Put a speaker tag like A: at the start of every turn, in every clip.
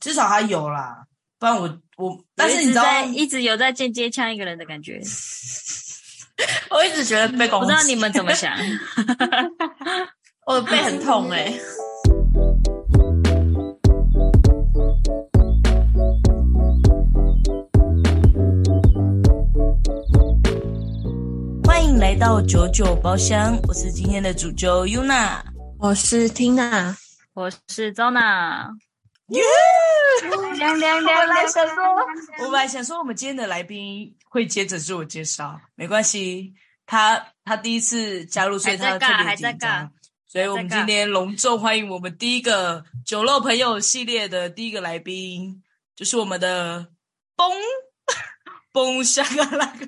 A: 至少他有啦，不然我我，但是你知道，
B: 在一直有在间接呛一个人的感觉，
C: 我一直觉得被攻
B: 不
C: 击，
B: 知道你们怎么 想。
C: 我的背很痛哎、
A: 欸
B: 嗯
A: 欢迎来到九九包厢，我是今天的主揪 Yuna。
D: 我是 Tina，
B: 我是 Zona，
A: 耶！
B: 凉凉凉
A: 来
B: 凉。
A: 想说，我本来想说我们今天的来宾会接着自我介绍，没关系，他他第一次加入，所以他
B: 还在尬
A: 特别
B: 还在
A: 紧张
B: 尬。
A: 所以我们
B: 还在尬
A: 今天隆重欢迎我们第一个酒肉朋友系列的第一个来宾，就是我们的崩 崩香啊那个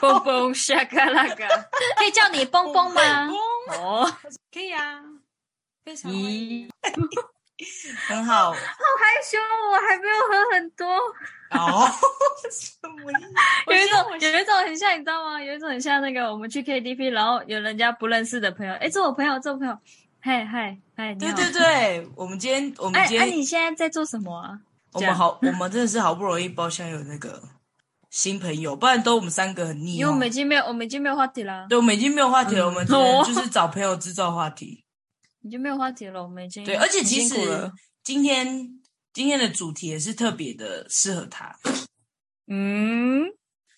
B: 蹦蹦下嘎啦嘎， 可以叫你蹦蹦吗？哦，
C: 可以啊，非常
B: 咦，
A: 很好
B: 害羞，我还没有喝很多，
A: 哦， 什么意思
B: 有一种有一种很像，你知道吗？有一种很像那个我们去 KTV，然后有人家不认识的朋友，哎，这我朋友，这我朋友，嗨嗨嗨，你
A: 对
B: 好
A: 对，对，我们今天我们
B: 哎
A: 今
B: 哎，
A: 天
B: 你现在在做什么啊？
A: 我
B: 这
A: 们
B: 样
A: 好，我们真的是好不容易包厢有那个新朋友，不然都我们三个很腻、哦。
B: 因为我们已经没有，我们已经没有话题了，
A: 对，我们已经没有话题了，我们只能
B: 哦
A: 就是找朋友制造话题。
B: 已经没有话题了，我们已经
A: 对，而且其
D: 辛苦
A: 实
D: 了
A: 今天今天的主题也是特别的适合他，
B: 嗯，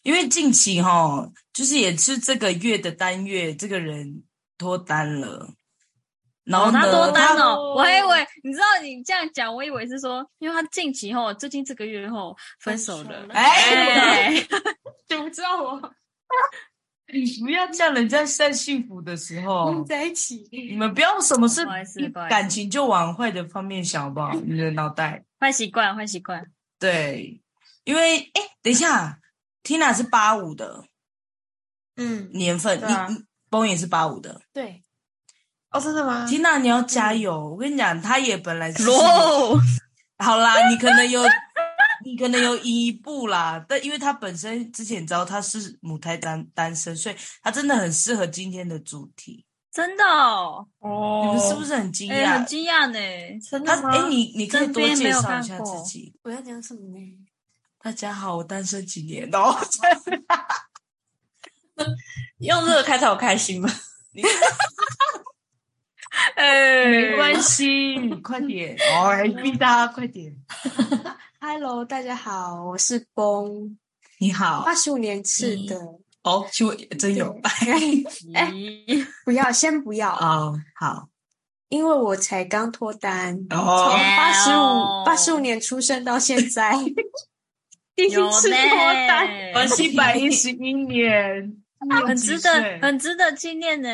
A: 因为近期哈、就是也是这个月的单月，这个人脱单了。然后
B: 哦，
A: 呢，
B: 他多单哦，
C: 他
B: 我还以为你知道你这样讲，我以为是说，因为他近期吼，最近这个月吼分手了
C: 分手，了
A: 哎，
B: 哎，
C: 诅咒我，
A: 你不要叫人家在幸福的时
C: 我
A: 候
B: 嗯
C: 们在一起，
A: 你们不要什么事
B: 不好意思不好意思
A: 感情就往坏的方面想，好不好？ 你的脑袋
B: 坏习惯，坏习惯，
A: 对，因为哎，等一下，Tina 是八五的
D: 嗯，
A: 年份，
D: 对啊
A: 你你崩也是八五的
C: 对，
D: 哦，真的
B: 啊
D: 吗？
A: ，Tina 你要加油！我跟你讲，她也本来是
B: 罗，
A: 好啦，你可能有你可能有一步啦，但因为她本身之前你知道她是母胎单单身，所以她真的很适合今天的主题。
B: 真的哦，
D: 哦
A: 你们是不是很惊
B: 哎，很
A: 讶？
B: 惊讶呢，
D: 真
A: 她
D: 的吗？
A: 哎，你你可以
B: 身
A: 多
B: 边没
A: 介
B: 有
A: 绍一
B: 看
A: 下自
B: 过
A: 己。
D: 我要讲什么呢？
A: 大家好，我单身几年哦。
C: 用这个开场我开心吗？
B: 哎，
A: 没关系，你快点，哎，逼他快点。
D: Hello，大家好，我是崩，
A: 你好，
D: 八十五年次的。
A: 哦，就真有
D: 哎
B: 系，
D: 不要，先不要，
A: 哦，好，
D: 因为我才刚脱单，从
A: 哦，
D: 八十
B: 哦
D: 五八十五年出生到现在，第一
B: 有
D: 次脱单，
B: 呢
A: 关系百一十一年，
B: 很值得，很值得纪念呢，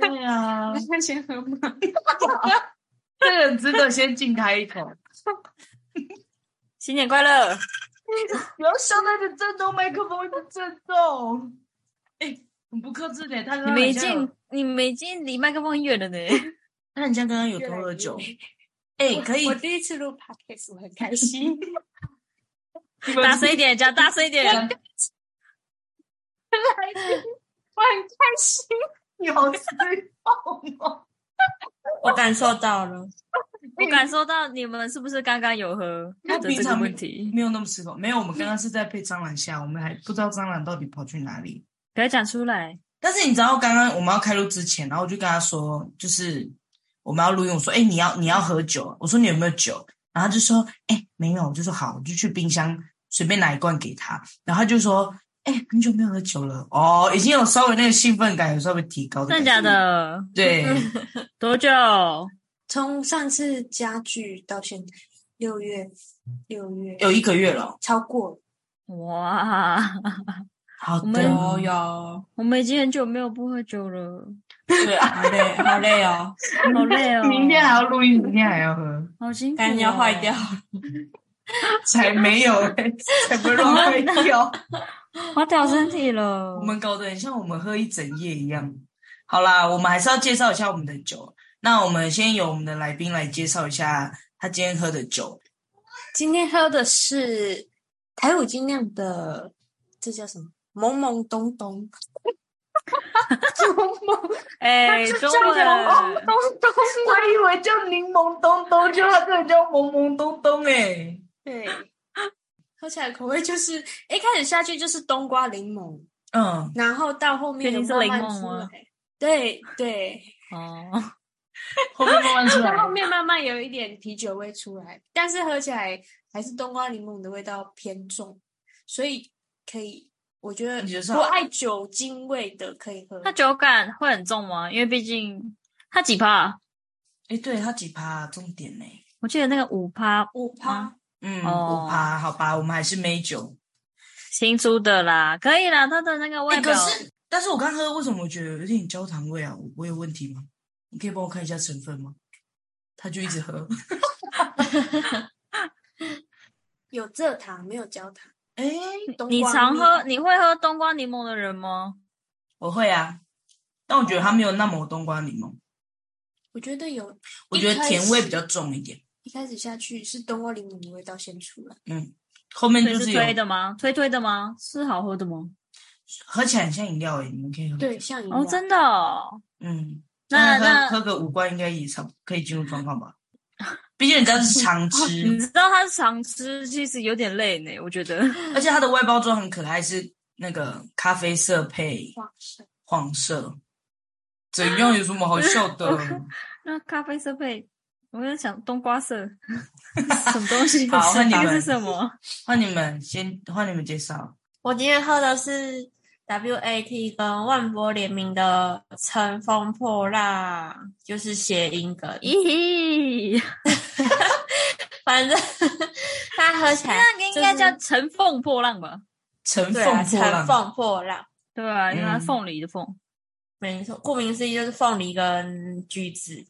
A: 对啊，
D: 那先喝吗？
A: 这个很值得先敬他一口。
B: 新年快乐，
A: 不要上他的震动麦克风，一直震动。哎，很不克制的，他刚
B: 你
A: 刚
B: 们
A: 很
B: 已
A: 像有
B: 经，你们已经离麦克风很远了 呢，
A: 他很像刚刚有多喝酒。哎，可以
D: 我第一次录 podcast，我很开心。
B: 大声一点，讲大声一点。
D: 我很开心，
A: 有失控哦。
C: 我感受到了，
B: 我感受到你们是不是刚刚有喝
A: 那
B: 的
A: 平
B: 这个
A: 常
B: 问题？
A: 没有那么失控，没有，我们刚刚是在配蟑螂下，我们还不知道蟑螂到底跑去哪里。
B: 不要讲出来，
A: 但是你知道，刚刚我们要开录之前，然后我就跟他说，就是我们要录音，我说，哎、你要你要喝酒啊，我说你有没有酒？然后他就说，哎、没有，我就说好，我就去冰箱随便拿一罐给他。然后他就说，哎、很久没有喝酒了，哦，已经有稍微那个兴奋感有稍微提高的，
B: 真的假？的？
A: 对，
B: 多久？
D: 从上次家具到现在，六月，六月
A: 嗯有一个月了，
D: 超过，
B: 哇，
A: 好
B: 我
A: 的
B: 们
C: 有
A: 哦，
C: 有，
B: 我们已经很久没有不喝酒了，
C: 对，好累，好累哦，
B: 好累哦。
A: 明天还啊要录音，明天还要喝，
B: 好辛苦、哦，
C: 感觉要坏掉，
A: 才没有、才 不会浪费掉。
B: 坏掉身体了。
A: 我们搞得很像我们喝一整夜一样。好啦，我们还是要介绍一下我们的酒。那我们先由我们的来宾来介绍一下他今天喝的酒。
D: 今天喝的是台五精酿的，这叫什么？懵懵懂懂，做梦，
B: 哎，
A: 是
B: 中
A: 叫
B: 文
A: 懵懵懂懂，我以为叫柠檬东东，就它真的叫懵懵东东哎、
D: 对， 喝起来口味就是一开始下去就是冬瓜柠檬，
A: 嗯，
D: 然后到后面
B: 确定
D: 有
B: 是
D: 慢慢
B: 柠檬
D: 出
B: 吗
D: 来，对对，
B: 哦，
A: 后面慢慢出来
D: 到。后面慢慢有一点啤酒味出来，但是喝起来还是冬瓜柠檬的味道偏重，所以可以，我觉得
A: 你觉得是
D: 不
A: 好
D: 爱酒精味的可以喝
B: 它。酒感会很重吗？因为毕竟它几趴啊？
A: 哎、对，它几趴、重点呢、
B: 我记得那个五趴
D: 五趴，
A: 嗯，
B: 哦
A: 五趴、好吧，我们还是没酒。
B: 新出的啦，可以啦，它的那个外
A: 哎
B: 表
A: 可是，但是我刚喝，为什么我觉得有点焦糖味啊？我我有问题吗？你可以帮我看一下成分吗？他就一直 喝。
D: 有蔗糖没有焦糖。
A: 哎、
D: 冬瓜
B: 你常
D: 蜜
B: 喝，你会喝冬瓜柠檬的人吗？
A: 我会啊，但我觉得它没有那么冬瓜柠檬，
D: 我觉得有，
A: 我觉得甜味比较重一点。
D: 一开始下去是冬瓜柠檬的味道先出来，
A: 嗯，后面
B: 这
A: 就是有
B: 推的吗？推推的吗？是好喝的吗？
A: 喝起来很像饮料哎、你们可以喝。
D: 对，，像饮啊料。
B: 哦，真的哦，
A: 嗯，
B: 那
A: 当然
B: 那
A: 喝喝个五罐应该也差不可以进入状况吧？毕竟人家是常
B: 你
A: 吃，
B: 知道它常吃，其实有点累呢，我觉得。
A: 而且它的外包装很可爱，是那个咖啡色配
D: 黄色
A: 黄色，怎样有什么好笑的？
B: 那咖啡色配，我在想冬瓜 色，什么东西？
A: 好换你
B: 那
A: 们
B: 个是什么？
A: 换你们先，换你们介绍。
C: 我今天喝的是 WAT 跟万波联名的《乘风破浪》，就是谐音梗。
B: 咦，
C: 反正 它喝起来
B: 那应该叫乘风破浪吧？
A: 乘
C: 对啊，
A: 风
C: 乘
A: 破浪，
C: 风破浪，
B: 对啊，因为它
A: 嗯
B: 凤梨的凤。
C: 没错，顾名思义就是凤梨跟橘子。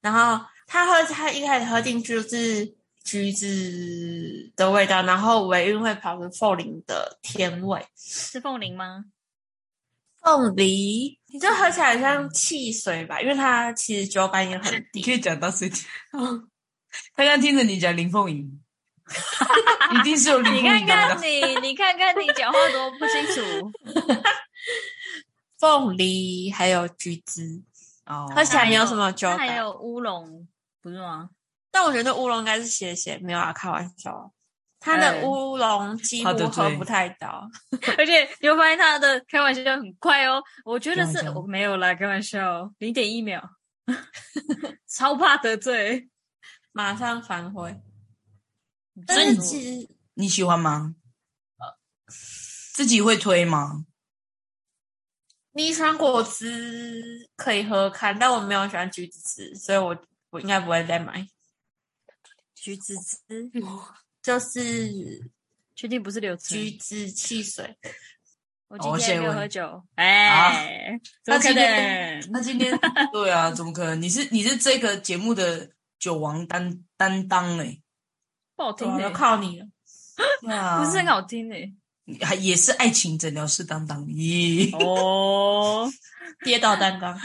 C: 然后它喝，它一开始喝进去就是橘子的味道，然后尾韵会跑出凤梨的甜味。
B: 是凤梨吗？
C: 凤梨，你就喝起来像汽水吧，因为它其实酒感也很
A: 你
C: 低。
A: 可以讲到谁？他刚听着你讲林凤营，一定是有林
B: 你
A: 凤
B: 看
A: 营
B: 看
A: 的。
B: 你，你看看你讲话多不清 楚。
C: 凤梨还有橘子，
A: 哦
C: 喝起来有什么酒
B: 那
C: 感？
B: 还有乌龙，不是吗？
C: 但我觉得乌龙应该是斜斜，没有啊，开玩笑啊。它的乌龙几乎
A: 好的
C: 喝
A: 对
C: 不太到，
B: 而且你会发现他的开玩笑很快哦，我觉得
A: 开玩
B: 是
A: 笑
B: 我没有啦，开玩笑，零点一秒， 超怕得罪。
C: 马上反悔。
B: 所
C: 但
B: 以
C: 是
B: 你
C: 其实
A: 你喜欢吗？自己会推吗？
C: 你喜欢果汁可以喝看，但我没有喜欢橘子汁，所以我我应该不会再买橘子汁，
D: 嗯
C: 就是
B: 确定不是柳橙？
C: 橘子汽水。
B: 我
A: 哦
B: 今天
A: 谢
B: 没有
A: 文
B: 喝酒，哎，怎
A: 那
B: 么可
A: 今
B: 能
A: 天？那今天 对啊，怎么可能？你是你是这个节目的酒王担担当嘞、
B: 不好
C: 对
B: 听
C: 啊，
B: 的
C: 就，靠你了。
A: 对啊，
B: 不是很好听的。
A: 还啊也是爱情诊疗室担当，咦、
B: 哦，
C: 跌倒担当，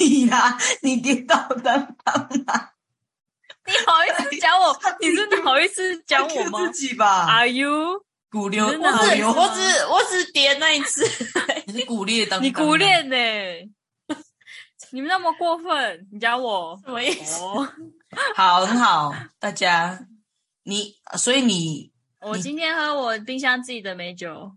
A: 你呀、你跌倒担当，
B: 你好意思讲我？你真的好意思讲我 吗啊
A: 自己吧，
B: ？Are you？
A: 骨溜
B: 真
A: 骨
B: 的好
C: 我
B: 有
C: 只
A: 溜，
C: 我只我只跌那一次，
A: 啊你是骨裂当当，
B: 你骨裂呢、 你们那么过分，你讲我
C: 什么意思？
B: 哦。
A: 好，很好，大家，你所以你
B: 我今天喝我冰箱自己的美酒，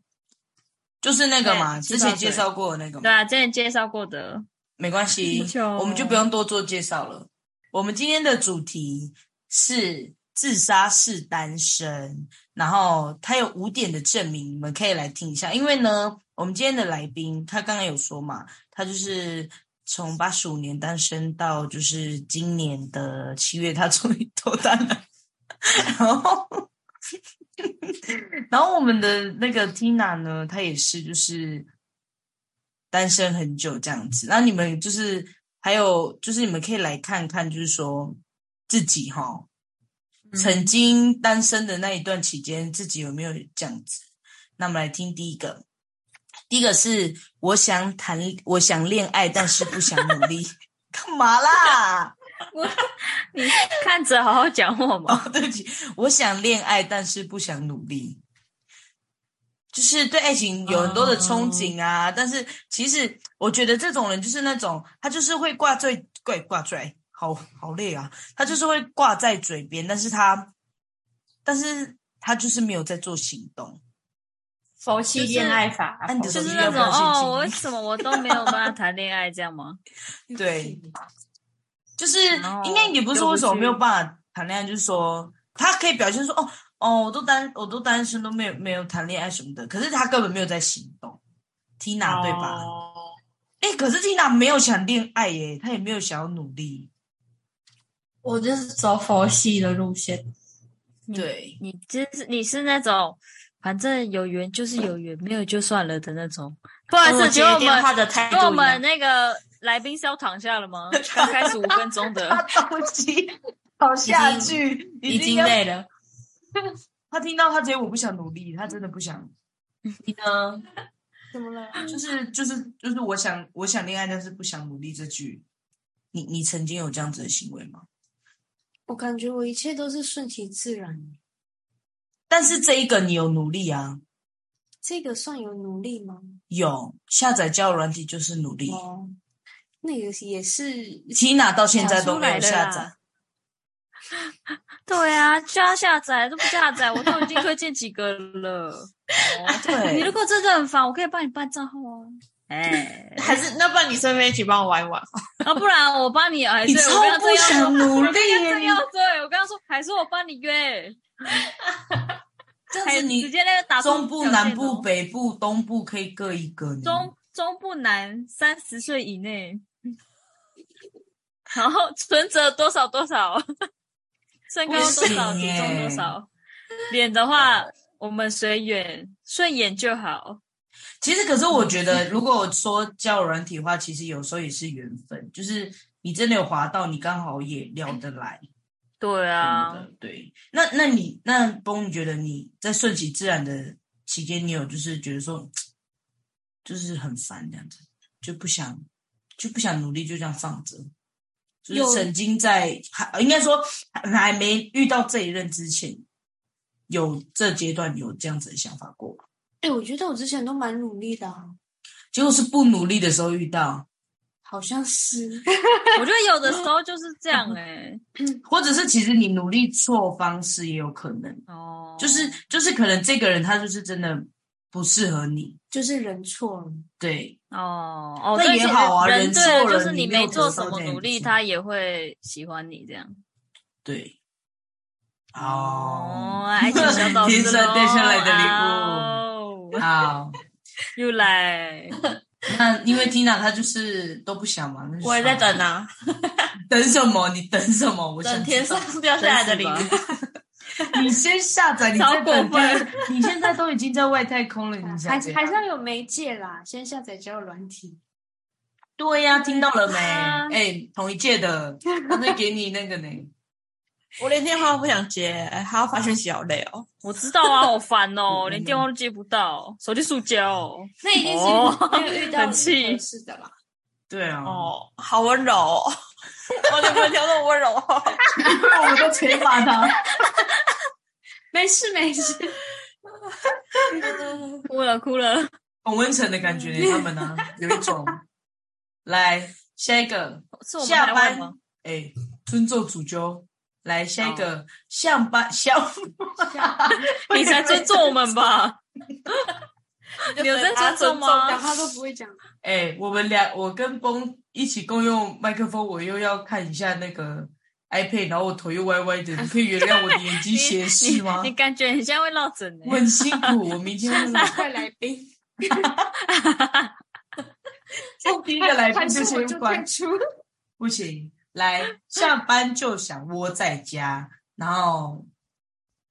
A: 就是那个嘛，
B: 对
A: 之前
B: 气泡水
A: 介绍过的那个
B: 对
A: 嘛，
B: 啊，之前介绍过的。
A: 没关系
B: 气，球
A: 我们就不用多做介绍了。我们今天的主题是自杀式单身，然后它有五点的证明，你们可以来听一下。因为呢，我们今天的来宾他刚刚有说嘛，他就是从八十五年单身到就是今年的七月，他终于脱单了。 然后， 然后我们的那个 Tina 呢，她也是就是单身很久这样子。那你们就是还有就是你们可以来看看，就是说自己哈、曾经单身的那一段期间，自己有没有这样子？那我们来听第一个，第一个是我想谈，我想恋爱，但是不想努力， 干嘛啦？
B: 你看着好好
A: 哦
B: 讲我嘛。
A: 哦，对不起，我想恋爱，但是不想努力。就是对爱情有很多的憧憬啊。但是其实我觉得这种人就是那种他就是会挂在挂挂在，好好累啊，他就是会挂在嘴边，但是他但是他就是没有在做行动。
C: 佛系恋爱法，
A: 就是就
B: 就
C: 佛系
B: 是
A: 是
B: 那
A: 要
B: 种
A: 不要去
B: 哦，
A: 经历
B: 我为什么我都没有办法谈恋爱这样 吗？
A: 对，就是
B: 然后
A: 应该也不是说为什么
B: 就不是
A: 没有办法谈恋爱，就是说他可以表现说哦哦，我都单我都单身都没有没有谈恋爱什么的，可是他根本没有在行动。Tina 对吧？
C: 哦
A: 哎、可是 Tina 没有想恋爱耶，她也没有想要努力。
C: 我就是走佛系的路线，
A: 对，
B: 你就是你是那种反正有缘就是有缘，没有就算了的那种。
A: 哦
B: 不好意
C: 跟我
B: 思，
C: 接
B: 请问我
C: 电话
B: 们，
C: 的态
B: 请问我
C: 度一
B: 们
C: 样。
B: 那个来宾是要躺下了 吗？刚开始五分钟
A: 他
B: 的，
A: 着急好下去，
C: 已经
A: 要
C: 累了，
A: 他听到他直接我不想努力，他真的不想。 你呢？
D: 怎么了？
A: 就是就是就是我想我想恋爱，但是不想努力这句，你你曾经有这样子的行为吗？
D: 我感觉我一切都是顺其自然，
A: 但是这一个你有努力啊，
D: 这个算有努力吗？
A: 有下载交友软体就是努力。
D: 哦，那个也是
A: Tina 到现在都没有
B: 讲出来
A: 下
B: 了
A: 载
B: 啦， 对啊，就要下载，都不下载，我都已经推荐几个了。你
A: 对，
B: 如 果真的很烦，我可以帮你办账号哦。哎，
C: 还是那不然你顺便一起帮我玩一玩。
B: 啊，不然我帮你，哎，
A: 你
B: 对
A: 超
B: 我刚刚
A: 不想努力耶
B: 这样对我刚刚说还是我帮你约，
A: 这样
B: 还
A: 子
B: 直
A: 你
B: 接那个打
A: 中部、南部、
B: 部、
A: 北部、东部可以各一个呢。
B: 哦中中部南三十岁以内，然后存折多少多少， 身高多少，
A: 不行
B: 体
A: 耶
B: 重多少，脸的话我们随缘，顺眼就好。
A: 其实，可是我觉
B: 嗯
A: 得，如果说交友软体的话，其实有时候也是缘分，就是你真的有滑到，你刚好也聊得来。
B: 对
A: 对
B: 啊，
A: 不对，对那那你那崩，你觉得你在顺其自然的期间，你有就是觉得说，就是很烦这样子，就不想就不想努力，就这样放着。就是
D: 有
A: 曾经在还应该说还还没遇到这一任之前，有这阶段有这样子的想法过吗，
D: 哎、我觉得我之前都蛮努力的、啊，
A: 结果是不努力的时候遇到，
D: 好像是
B: 我觉得有 的时候就是这样哎、
A: 或者是其实你努力错方式也有可能，
B: 哦，
A: 就是就是可能这个人他就是真的不适合你，
D: 就是人错了。
A: 对，
B: 哦哦，
A: 那
B: 对
A: 也
B: 其实
A: 好啊
B: 人
A: 人
B: 对了
A: 做
B: 就
A: 了
B: 是
A: 你没有
B: 没
A: 得
B: 做
A: 到
B: 什么
A: 这样
B: 努力，
A: 子
B: 他也会喜欢你这样。
A: 对， 哦，
B: 爱情小岛
A: 天
B: 是
A: 生对生来的礼
B: 礼
A: 物。好，
B: 物，哦 又来。
A: 那因为 Tina 她就是都不想嘛，那就
C: 我也在
A: 算
C: 等
A: 了
C: 啊，
A: 等什么？你等什么？我
C: 等
A: 想
C: 天
A: 知道
C: 上掉下来的礼物。
B: 真
A: 你先下载，你
B: 超
A: 再等
B: 过分
A: 天。你现在都已经在外太空了，你
D: 还
A: 想怎
D: 是
A: 样
D: 还是要有媒介啦，先下载交友软体。
A: 对呀、听到了没？
B: 啊
A: 哎，同一届的，他会给你那个呢。
C: 我连电话都不想接，还要发讯息，好累哦。
B: 我知道啊，好烦哦，连电话都接不到，手机塑胶哦。
D: 那一定是
B: 哦
D: 没有遇到
B: 很气
D: 合适的啦。
A: 对啊，
C: 哦，好温柔、哦， 我女朋友那么温柔、哦。
A: 不然我都惩罚他。
D: 没事没事，
B: 哭了哭了，
A: 洪文成的感觉呢，他们呢、有一种。来下一个，
B: 是我们
A: 下
B: 台湾
A: 班
B: 吗？
A: 哎，尊重主教。来下一个，下班下，
B: 你才尊重我们吧？你有在尊重吗
D: 讲话都不会讲。
A: 哎，我们俩，我跟崩一起共用麦克风，我又要看一下那个 iPad，然后我头又歪歪的，你可以原谅我的眼睛
B: 你
A: 斜视吗
B: 你？你感觉很像会落枕
A: 我
B: 呢。
A: 很辛苦，我明天 会 来。
D: 嗯快来宾，
A: 哦第一个来宾
D: 还是
A: 就
D: 我
A: 先
D: 就
A: 关
D: 退，出。
A: 不行，来下班就想窝在家，然后，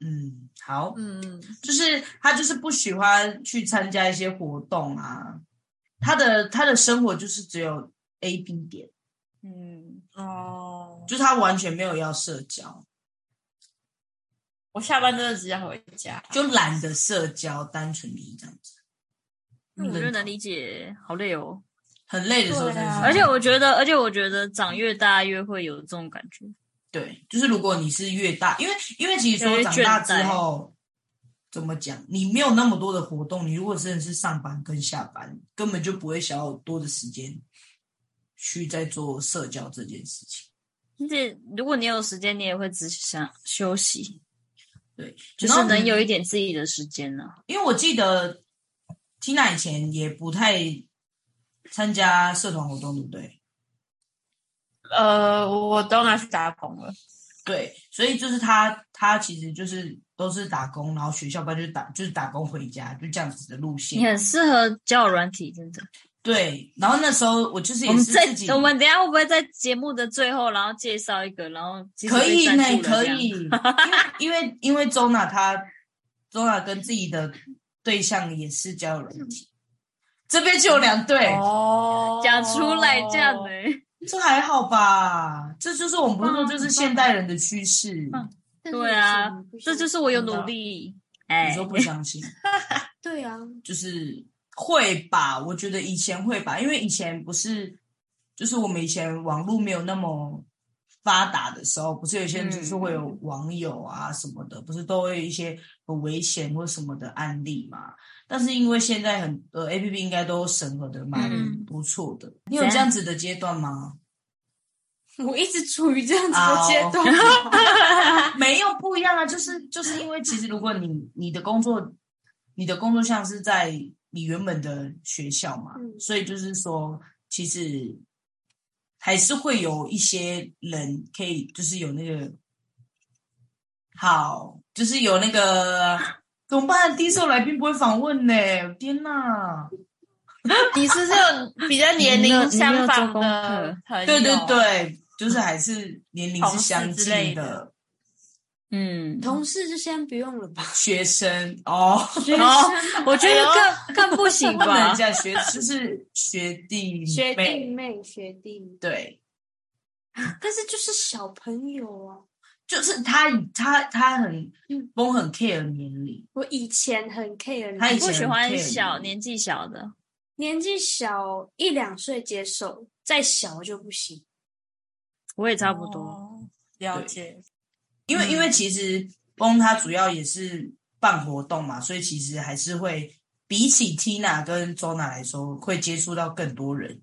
A: 嗯，好，
C: 嗯，
A: 就是他就是不喜欢去参加一些活动啊，他的他的生活就是只有 A B 点，
B: 嗯，
C: 哦，
A: 就是他完全没有要社交，
C: 我下班真的只想回家。
A: 就懒得社交，单纯就是这样子。
B: 那我就能理解，好累哦。
A: 很累的时候才
C: 对啊
A: 是，
B: 而且我觉得，而且我觉得长越大越会有这种感觉。
A: 对，就是如果你是越大，因为因为其实说
B: 有点
A: 长大
B: 倦
A: 之
B: 怠
A: 后，怎么讲？你没有那么多的活动，你如果真的是上班跟下班，根本就不会想要有多的时间去在做社交这件事情。
B: 而且如果你有时间，你也会只想休息，
A: 对，
B: 就是能有一点自己的时间呢、
A: 因为我记得 Tina 以前也不太参加社团活动，对不对？
C: 呃，我都拿去打工了。
A: 对，所以就是他，他其实就是都是打工，然后学校班就是打就是打工回家，就这样子的路
B: 你
A: 线。
B: 很适合交友软体，真的。
A: 对，然后那时候我就是
B: 我
A: 也
B: 们
A: 是
B: 在
A: 自己，
B: 我们等一下会不会在节目的最后，然后介绍一个，然后其实
A: 可以呢
B: 被赞，助了
A: 可
B: 这样
A: 以，因为因为因为周娜她周娜跟自己的对象也是交友软体，这边就有两
B: 嗯
A: 对，
C: 哦
B: 讲出来这样的、
A: 这还好吧？这就是我们不是说
B: 很棒
A: 这是
B: 很
A: 现
B: 棒
A: 代人的趋势，
B: 棒
A: 你
B: 对啊，这就是是我有努力。哎，
A: 说不相信？
D: 对啊，
A: 就是会吧，我觉得以前会吧，因为以前不是，就是我们以前网络没有那么发达的时候，不是有些人就是会有网友啊什么的，不是都会有一些很危险或什么的案例嘛？但是因为现在很呃 A P P 应该都审核的蛮
B: 嗯
A: 不错的，你有这样子的阶段吗？
D: 我一直处于这样子的阶段。
A: 没有不一样啊，就是就是因为其实如果你你的工作，你的工作项是在你原本的学校嘛，
D: 嗯
A: 所以就是说，其实还是会有一些人可以就是有那个好，就是有那个怎么办？第一次有来宾不会访问呢、天哪！
C: 你是这种比较年
B: 你没有你
C: 龄
B: 没有
C: 相仿
B: 做功
C: 的
B: 课
C: 朋友，
A: 对对，对，就是还是年龄是
C: 同事
A: 相
C: 之
A: 近
C: 类
A: 的哎
B: 嗯，
D: 同事就先不用了吧，
A: 学生哦。
D: 学
B: 哦
D: 生
B: 我
C: 哎
B: 觉得更更不行
A: 不 能
B: 吧
A: 这？样学，就是学弟
D: 学
A: 妹
D: 弟妹、学弟妹，
A: 对，
D: 但是就是小朋友啊。
A: 就是他他他很
D: 嗯
A: 风很 care 年龄，
D: 我以前很 care，
A: 他以
B: 你
A: 前
B: 不喜欢
A: care
B: 小
A: 你
B: 年纪小的，
D: 年纪小一两岁接受，再小就不行。
B: 我也差不
A: 哦
B: 多。
C: 哦了解。
A: 因为
B: 嗯
A: 因为其实风他主要也是办活动嘛，所以其实还是会比起 Tina 跟 Zona 来说，会接触到更多人，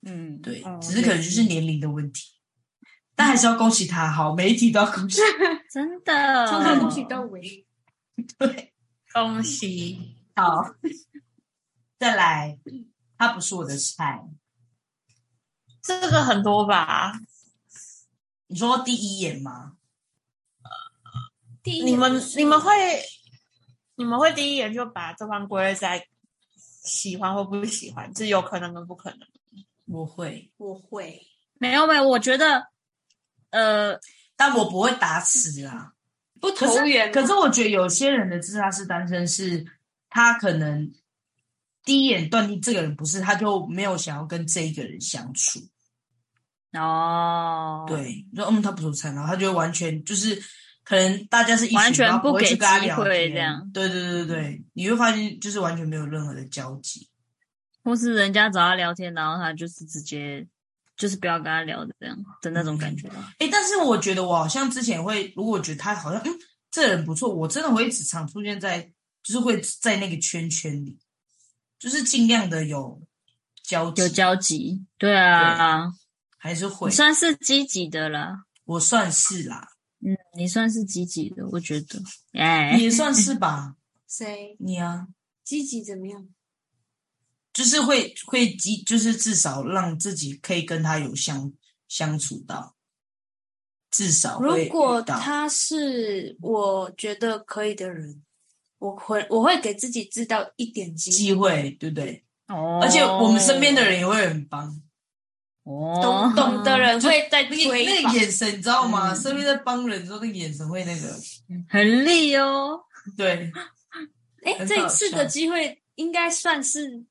B: 嗯，
A: 对，
C: 哦
A: 只是可能就是年龄的问题。但还是要恭喜他，好，每一题都要恭喜。
B: 真的，
D: 从头恭喜到尾，
A: 对，
C: 恭喜，
A: 好，再来，他不是我的菜。
C: 这个很多吧？
A: 你说第一眼吗？
D: 第一
C: 你们
D: 眼是
C: 你们会你们会第一眼就把对方归类在喜欢或不喜欢，这有可能跟不可能。
A: 我会，
D: 我会，
B: 没有没有，我觉得，呃，
A: 但我不会打死啊。
D: 不
A: 可
D: 投
A: 是，
D: 缘，
A: 可是我觉得有些人的自杀式单身是，他可能第一眼断定这个人不是，他就没有想要跟这一个人相处。
B: 哦，，
A: 对，你说嗯，他不出彩，然后他就完全就是。可能大家是一群
B: 完全
A: 然后不
B: 不
A: 会去
B: 给
A: 跟他
B: 机
A: 聊
B: 会
A: 天
B: 这样
A: 对对对对对，你会发现就是完全没有任何的交集。
B: 或是人家找他聊天，然后他就是直接就是不要跟他聊的这样的那种感觉。
A: 诶，但是我觉得我好像之前会，如果我觉得他好像嗯，这人不错，我真的会一直常出现在，就是会在那个圈圈里，就是尽量的有交集，
B: 有交集，对啊，
A: 还是会
B: 你，算是积极的啦，
A: 我算是啦，
B: 嗯，你算是积极的，我觉得， 哎，
A: 你也算是吧，
D: 谁
A: 你啊，
D: 积极怎么样？
A: 就是会会及，就是至少让自己可以跟他有相相处到，至少会
D: 如果
A: 遇到
D: 他是我觉得可以的人，我会我会给自己制造一点机
A: 机
D: 会，
A: 会，对不对？
B: 哦，
A: 而且我们身边的人也会很帮。
B: 哦
D: 懂，懂的人会再
A: 那个
D: 推
A: 那
D: 吧
A: 个眼神，你知道吗？
B: 嗯
A: 身边在帮人的时候，那个眼神会那 个，
B: 很利哦，
A: 对
D: 哎，
A: 很
D: 这
A: 好
D: 一次
A: 笑
D: 的机会应该算是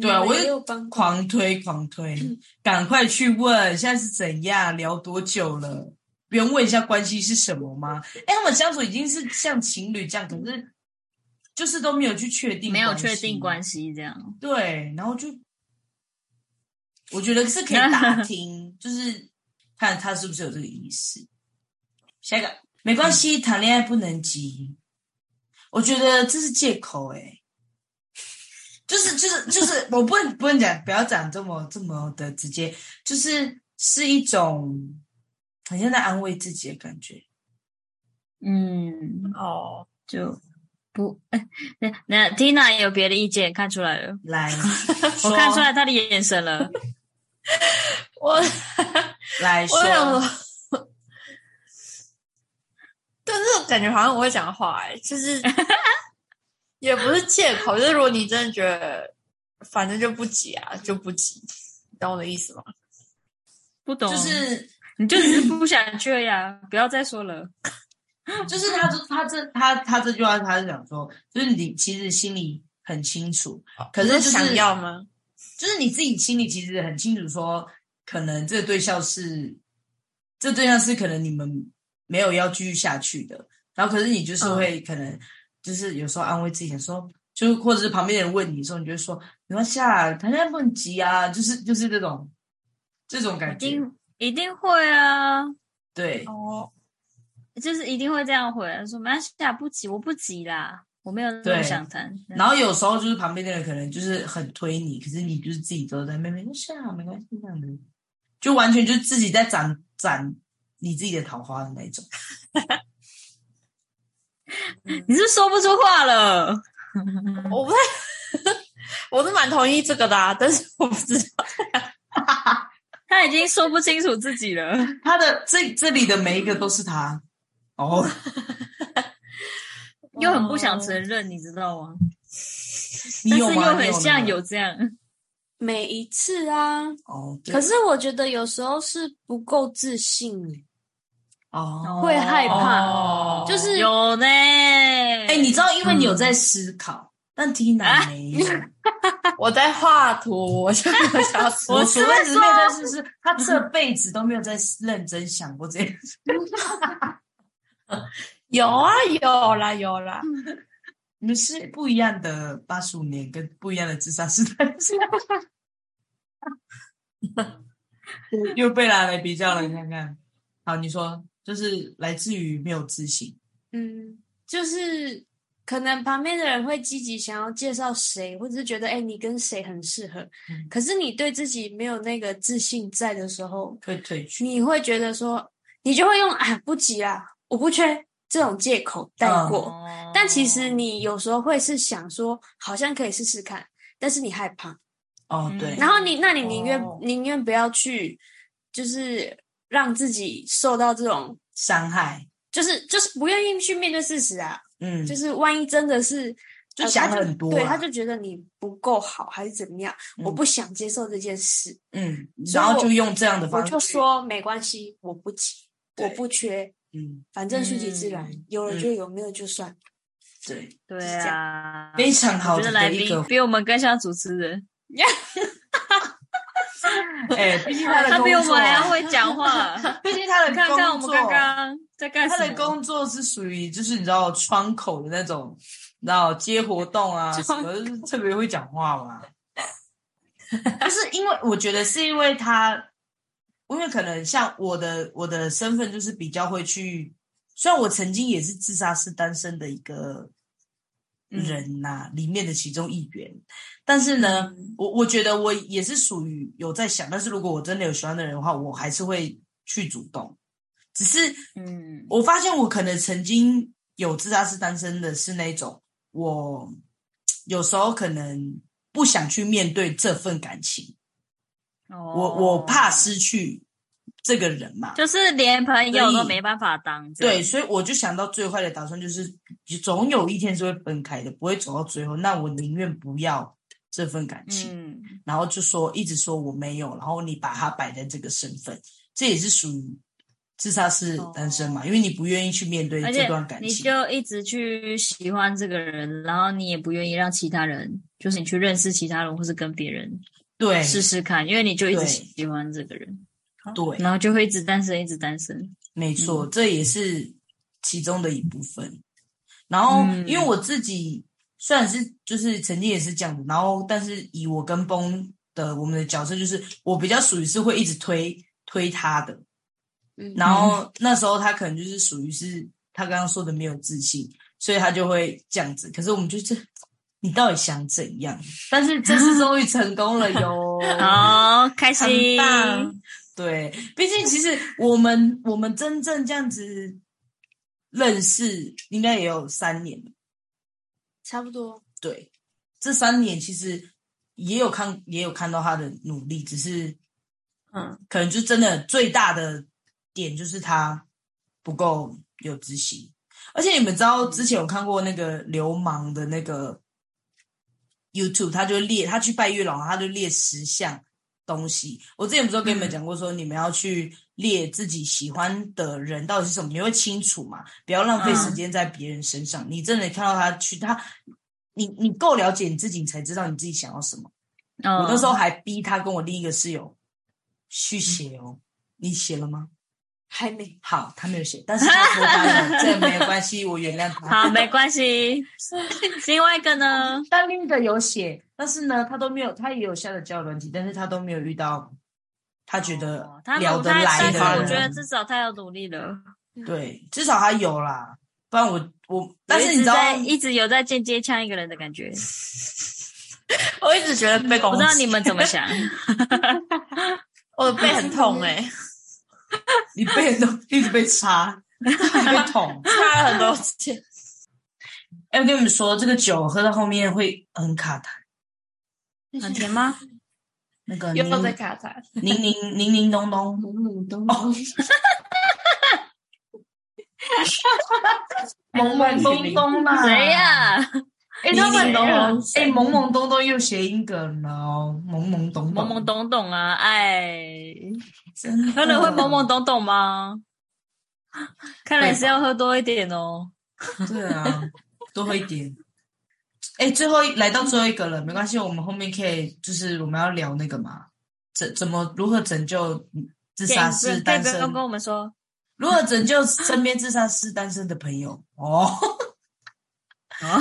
A: 对啊，
D: 你
A: 我
D: 们也
A: 就
D: 有帮过
A: 狂推狂推，
B: 嗯
A: 赶快去问现在是怎样，聊多久了？不用问一下关系是什么吗？哎，他们相处已经是像情侣这样，可是就是都没有去确定，
B: 没有确定关
A: 系，
B: 系这样，
A: 对，然后就我觉得是可以打 听，就是看他是不是有这个意思。下一个没关系，谈恋爱不能急，我觉得这是借口哎、就是就是就是，我不能不能讲，不要讲这么这么的直接，就是是一种很像在安慰自己的感觉。
B: 嗯，
C: 哦，
B: 就不，哎那那 Tina 也有别的意见，看出来了，，
A: 来
B: 我看出，来她的眼神了。
C: 我
A: 来
C: 我想
A: 说，
C: 说， 但是感觉好像我会讲话、欸，就是 也不是借口，就是如果你真的觉得反正就不急啊，就不急，懂我的意思吗？
B: 不懂，
A: 就是
B: 你就只是不想去呀，不要再说了。
A: 就是他这他这他他这句话，他是想说，就是你其实心里很清楚，可是就是
C: 想要吗？
A: 就是你自己心里其实很清楚，说可能这个对象是，这对象是可能你们没有要继续下去的，然后可是你就是会可能就是有时候安慰自己说，就或者是旁边人问你的时候，你就会说没关系啊，谈恋爱不能急啊，就是就是这种这种
B: 一
A: 感觉，
B: 定一定会啊，
A: 对，
C: 哦，
B: 就是一定会这样回来说，没关系啊，不急，我不急啦，我没有那么
A: 对
B: 想谈。
A: 然后有时候就是旁边的人可能就是很推你，可是你就是自己都在没没事啊，没关系这样子，就完全就是自己在攒攒你自己的桃花的那一种。
B: 你是不是说不出话了，
C: 我不太，我是蛮同意这个的、啊，但是我不知道。
B: 他已经说不清楚自己了。
A: 他的这这里的每一个都是他 哦，
B: 又很不想承认，你知道吗？
A: 你
B: 但
A: 有
B: 是
A: 吗？
B: 又很像
A: 你
B: 有
A: 吗
B: 这样，
D: 每一次啊，
A: 哦，对
D: 可是我觉得有时候是不够自信耶，
A: 哦，
D: 会害怕
C: 哦
D: 就是
B: 有呢。哎
A: 哎，你知道，因为你有在思考，但 Tina 没有，
C: 我在画图，我就没有想 要说
A: 我所谓的那件事是，他这辈子都没有在认真想过这件事。
C: 有啊，有啦，有啦。
B: 嗯
A: 你们是不一样的八十五年跟不一样的智商时代，又被拿来比较了，你看看。好，你说，就是来自于没有自信，
D: 嗯，就是可能旁边的人会积极想要介绍谁，或者是觉得哎、你跟谁很适合，
A: 嗯
D: 可是你对自己没有那个自信在的时候，
A: 会退去。
D: 你会觉得说，你就会用啊不急啦，我不缺这种借口带
A: 嗯哦
D: 过。
B: 哦
D: 但其实你有时候会是想说，好像可以试试看，但是你害怕，
A: 哦，对
B: 嗯，
D: 然后你那你宁愿、
C: 哦
D: 宁愿不要去，就是让自己受到这种，
A: 伤害，
D: 就是就是不愿意去面对事实啊，
A: 嗯，
D: 就是万一真的是。
A: 就
D: 呃
A: 想
D: 他
A: 很多
D: 对，
A: 啊
D: 他就觉得你不够好，还是怎么样？我
A: 嗯
D: 不想接受这件事，
A: 嗯，
D: 所以
A: 然后
D: 我
A: 就用这样的
D: 我
A: 方式，
D: 就，说没关系，我不急，我
A: 对
D: 不缺，
A: 嗯，
D: 反正顺其自然，
B: 嗯
D: 有了
A: 嗯
D: 就有，没有就算。
A: 对，
B: 对啊，
A: 非常好
B: 我觉
A: 的
B: 得来
A: 一
B: 宾
A: 个，
B: 比我们更像主持人，
A: 哎，毕竟他的
B: 他比我
A: 工
B: 们
A: 作，
B: 还要会讲话。
A: 毕竟他的
B: 看看我
A: 工
B: 们
A: 作，
B: 刚刚在干
A: 他
B: 什
A: 的
B: 么？
A: 工作是属于就是你知道窗口的那种，你知道接活动 啊，什
D: 窗
A: 么就是特别会讲话嘛。不是因为我觉得是因为他，因为可能像我的我的身份就是比较会去，虽然我曾经也是自杀式单身的一个
B: 嗯
A: 人呐、里面的其中一员，但是呢，
B: 嗯
A: 我我觉得我也是属于有在想，但是如果我真的有喜欢的人的话，我还是会去主动，只是
B: 嗯，
A: 我发现我可能曾经有自杀式单身的是那种，我有时候可能不想去面对这份感情，我
B: 我
A: 我怕，失去这个人嘛。
B: 哦就是连朋友
A: 所
B: 都
A: 以
B: 没办法当。这样
A: 对，，所以我就想到最坏的打算就是，总有一天是会分开的，不会走到最后。那我宁愿不要这份感情，
B: 嗯，
A: 然后就说一直说我没有，然后你把它摆在这个身份，这也是属于自杀式单身嘛，因为你不愿意去面对
B: 哦而
A: 这
B: 且
A: 段感情。
B: 你就一直去喜欢这个人，然后你也不愿意让其他人，就是你去认识其他人，或是跟别人
A: 对，
B: 试试看，因为你就一直
A: 对
B: 喜欢这个人，
A: 对，
B: 然后就会一直单身，一直单身。
A: 没错，这也是其中的一部分。然后，
B: 嗯
A: 因为我自己虽然是就是曾经也是这样子，然后但是以我跟崩的我们的角色，就是我比较属于是会一直推推他的，
D: 嗯，
A: 然后那时候他可能就是属于是他刚刚说的没有自信，所以他就会这样子。可是我们就是，你到底想怎样？但是这次终于成功了哟！
B: 好开
C: 很
B: 心，
C: 棒，
A: 对，毕竟其实我们我们真正这样子认识，应该也有三年了。
D: 差不多。
A: 对，这三年其实也有看也有看到他的努力，只是
C: 嗯，
A: 可能就真的最大的点就是他不够有执行。而且你们知道，之前有看过那个流氓的那个 YouTube，他就列他去拜月老，他就列十项东西。我之前不是有跟你们讲过说，你们要去列自己喜欢的人到底是什么，你会清楚嘛？不要浪费时间在别人身上。你真的看到他去他。你你够了解你自己，你才知道你自己想要什么。
B: 我
A: 我那时候还逼他跟我另一个室友去写哦，你写了吗？
D: 还没，
A: 好，他没有写，但是他脱单了，这没有关系，我原谅他。
B: 好，没关系。另外一个呢？
A: 但另一个有写，但是呢，他都没有，他也有下的交友软体，但是他都没有遇到他觉得
B: 哦他
A: 聊
B: 努
A: 得
B: 他，
A: 来
B: 但
A: 的
B: 是
A: 人。
B: 我觉得至少他有努力了，
A: 对，至少他有啦，不然我我，但是
B: 我
A: 你
B: 一
A: 知
B: 直
A: 道，
B: 在一直有在间接呛一个人的感觉，
C: 我一直觉得被
B: 我
C: 攻
B: 不
C: 击，
B: 知道你们怎么 想。
C: 我的背 很痛哎、
A: 你被都 一直被插，被捅。
C: 差了很多钱。
A: 哎、我跟你们说，这个酒喝到后面会很卡痰，
B: 很甜吗？
A: 那个
C: 又
A: 柠
C: 在卡痰，
A: 柠柠柠柠咚咚，
D: 懵懵懂
A: 哦
D: 懂，
A: 懵懵懂懂啦。
B: 谁？呀？
A: 哎，他们
B: 柠檬
A: 哎
B: 龙，
A: 懵懵懂懂又谐音梗了哦，懵懵懂
B: 懵
A: 懂，
B: 懵，懂懂啊，哎，
A: 真的
B: 喝了会懵懵懂懂吗？看来是要喝多一点哦。
A: 懂。对啊，多喝一点。哎，最后一来到最后一个了，没关系，我们后面可以就是我们要聊那个嘛，怎怎么如何拯救自杀
B: 可以
A: 式
B: 不要
A: 单
B: 跟
A: 身，
B: 我们说，
A: 如何拯救身边自杀式单身的朋友哦。
B: 哦，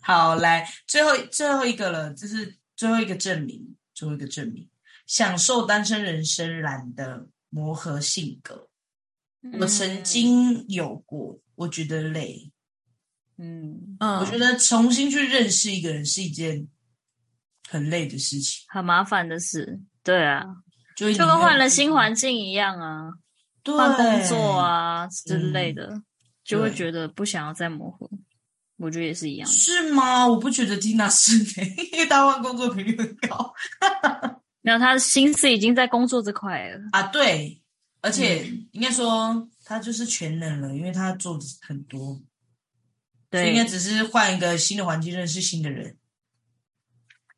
A: 好，来最后最后一个了，就是最后一个证明，最后一个证明，享受单身人生懒的磨合性格。我曾经有过，我觉得累，
B: 嗯，
C: 嗯，
A: 我觉得重新去认识一个人是一件很累的事情，
B: 很麻烦的事，对啊，
A: 就
B: 就跟换了新环境一样啊，
A: 对
B: 换工作，啊之类的，
A: 嗯
B: 就会觉得不想要再模糊。我觉得也是一样，
A: 是吗？我不觉得 Tina 是累，因为她换工作频率很高
B: 没有他的心思已经在工作这块了。
A: 啊，对，而且
B: 嗯
A: 应该说她就是全能了，因为她做的很多。
B: 对，
A: 应该只是换一个新的环境，认识新的人。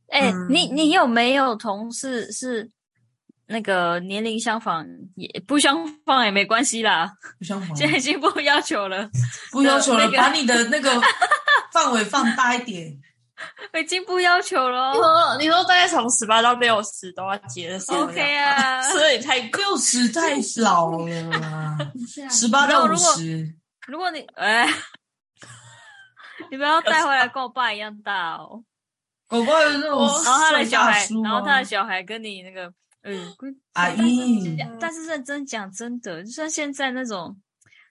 B: 哎、
C: 嗯
B: 你你有没有同事是那个年龄相仿也不相仿也没关系啦，
A: 不相妨，
B: 现在已经不要求了，
A: 不要求了，
B: 那个
A: 把你的那个范围放大一点。
B: 已经不要求了
C: 你
B: 哦。
C: 说你说大概从十八到六十都要结的时候
B: OK 啊，
C: 所以太贵。
A: 六十太老了 啦，十
D: 是啊
A: 八到
B: 没有
A: 五
B: 如果
A: 十，
B: 如果你哎， 你不要带回来跟我爸一样大哦。
A: 狗狗有那种
B: 然后他的
A: 帅
B: 小
A: 大
B: 孩
A: 叔，
B: 然后他
A: 吗
B: 的？小孩跟你那个，嗯，
A: 阿
B: 但是
A: 姨
B: 讲但是认真讲，真的，就像现在那种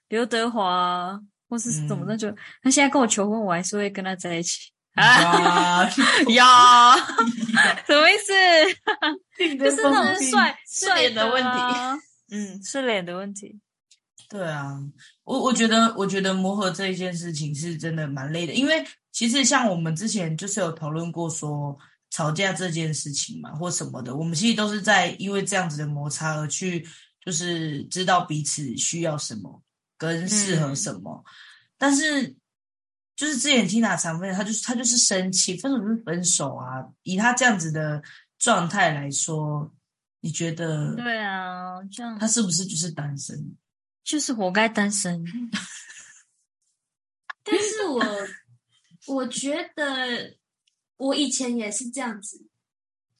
B: 刘德华啊或是什
A: 嗯
B: 么那就，他现在跟我求婚，我还是会跟他在一起。啊
A: 啊，
B: 呀， 什么意思？就是那种帅
C: 是
B: 帅
C: 脸的问题
B: 啊，嗯， 是脸的问题。
A: 对啊，我我觉得，我觉得磨合这一件事情是真的蛮累的，因为其实像我们之前就是有讨论过说吵架这件事情嘛，或什么的，我们其实都是在因为这样子的摩擦而去，就是知道彼此需要什么跟适合什么，但是就是之前 Tina 常分，她就是她就是生气，分手就是分手啊，以她这样子的状态来说，你觉得
B: 对啊，这样
A: 她是不是就是单身？
B: 就是活该单身。
D: 但是我我觉得我以前也是这样子，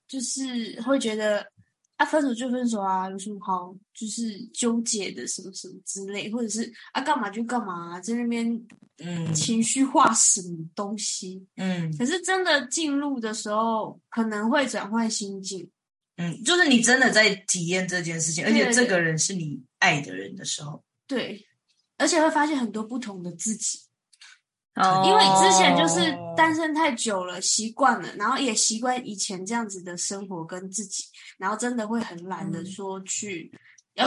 D: 就是会觉得啊，分手就分手啊，有什么好就是纠结的什么什么之类，或者是啊干嘛就干嘛、在那边
A: 嗯
D: 情绪化什么东西。
A: 嗯。
D: 可是真的进入的时候，可能会转换心境。
A: 嗯，就是你真的在体验这件事情，而且
D: 对
A: 这个人是你爱的人的时候，
D: 对，而且会发现很多不同的自己。
B: 哦
D: 因为之前就是
A: 哦
D: 单身太久了，习惯了，然后也习惯以前这样子的生活跟自己，然后真的会很懒得说去、要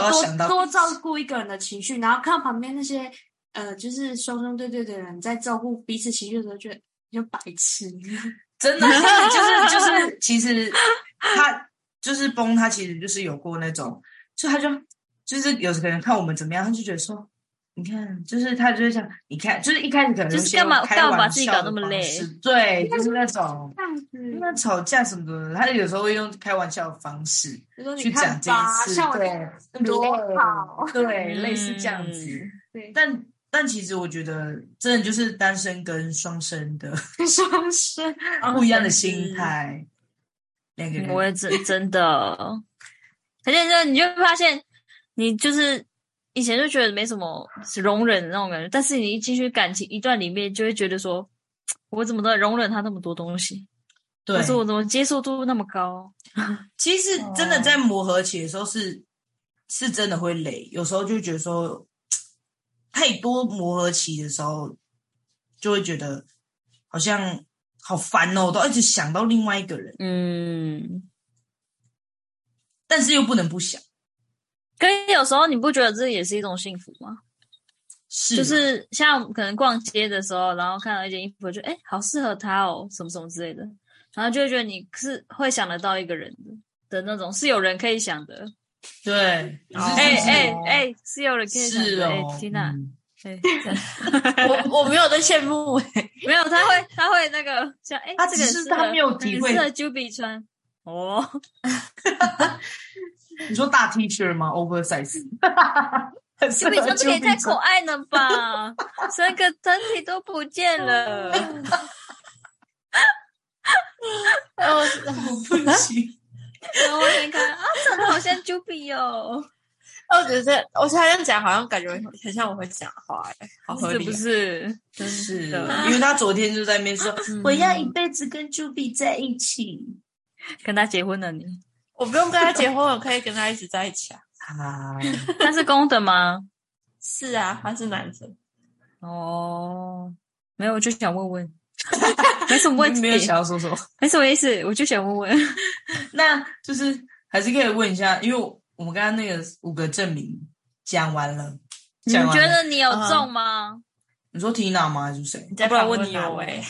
A: 嗯都要
D: 多
A: 想到
D: 多照顾一个人的情绪，然后看旁边那些呃，就是双双对对的人在照顾彼此情绪的时候，觉得就白痴。
A: 真的就是就是，其实他就是崩，他其实就是有过那种，就他就就是有可能看我们怎么样，他就觉得说，你看，就是他就是想，你看，就是一开始可能
B: 就是
A: 有些
B: 干嘛
A: 开
B: 干嘛把
A: 玩
B: 自己
A: 笑
B: 搞
A: 的
B: 那么
A: 方
B: 累
A: 式对，就是那种
D: 这样子，
A: 那吵架什么的，他有时候会用开玩笑的方式
D: 就说你
A: 去讲
D: 看
A: 这件
D: 吧，
A: 事，
D: 像我
A: 对，
D: 多好，
A: 对，类似这样子。
B: 嗯
D: 对，
A: 但但其实我觉得，真的就是单身跟双生的
D: 双生，
A: 不一样的心态，两个人
B: 哦我也真真的，而且就你就会发现，你就是以前就觉得没什么容忍的那种感觉，但是你一进去感情一段里面，就会觉得说，我怎么能容忍他那么多东西？
A: 对
B: 可是我怎哦么接受度那么高？
A: 其实真的在磨合期的时候是是真的会累，有时候就觉得说太多磨合期的时候，就会觉得好像好烦哦，都一直想到另外一个人，
B: 嗯，
A: 但是又不能不想，
B: 跟有时候你不觉得这也是一种幸福吗？
A: 是啊哦
B: 就
A: 就是
B: 像可能逛街的时候，然后看到一件衣服，就哎、诶好适合他哦，什么什么之类的，然后就会觉得你是会想得到一个人的的那种，是有人可以想的。
A: 对，
B: 哎
A: 就是
B: 哎哎，是有人可以想
A: 是
B: 的哎
A: 哦，
B: 缇娜，
A: 嗯
B: 哎，
C: 我我没有在羡慕哎、
B: 没有，他会他会那个像哎，
A: 他
B: 这
A: 只
B: 个
A: 是
B: 适
A: 他
B: 合
A: 没有体
B: 很
A: 会
B: 适合 Juby 穿哦，
A: 你说大 T 恤吗？oversize，很适
B: Juby
A: 合
B: 穿这个也
A: Juby
B: 太可
A: 穿
B: 爱了 吧，整个整体都不见了，哦
C: 我
A: 我不行。
B: 然后我眼看啊，长得好像 Juby 哦，
C: 我觉得我现在这样讲，好像感觉很像我会讲话哎、好合
B: 是
C: 理、
B: 不
C: 啊。
B: 是？
A: 是，
B: 真的
A: 因为他昨天就在那边 说，
C: 嗯
A: 我要一辈子跟 Juby 在一起
B: 跟他结婚了你，
C: 我不用跟他结婚，我可以跟他一直在一起啊。
A: 啊，
B: 他是公的吗？
C: 是啊，他是男生。
B: 哦，没有，我就想问 问，没什么问题，
A: 没有想要说什么，
B: 没什么意思，我就想问问。
A: 那就是还是可以问一下，因为我们刚刚那个五个证明讲完了，
B: 你
A: 讲完
B: 觉
A: 了
B: 得你有中吗？
A: 你说 Tina 吗？还是谁？
C: 你在
B: 不然
C: 访
B: 问
C: 问
B: 你
C: 哪
B: 哦
C: 位？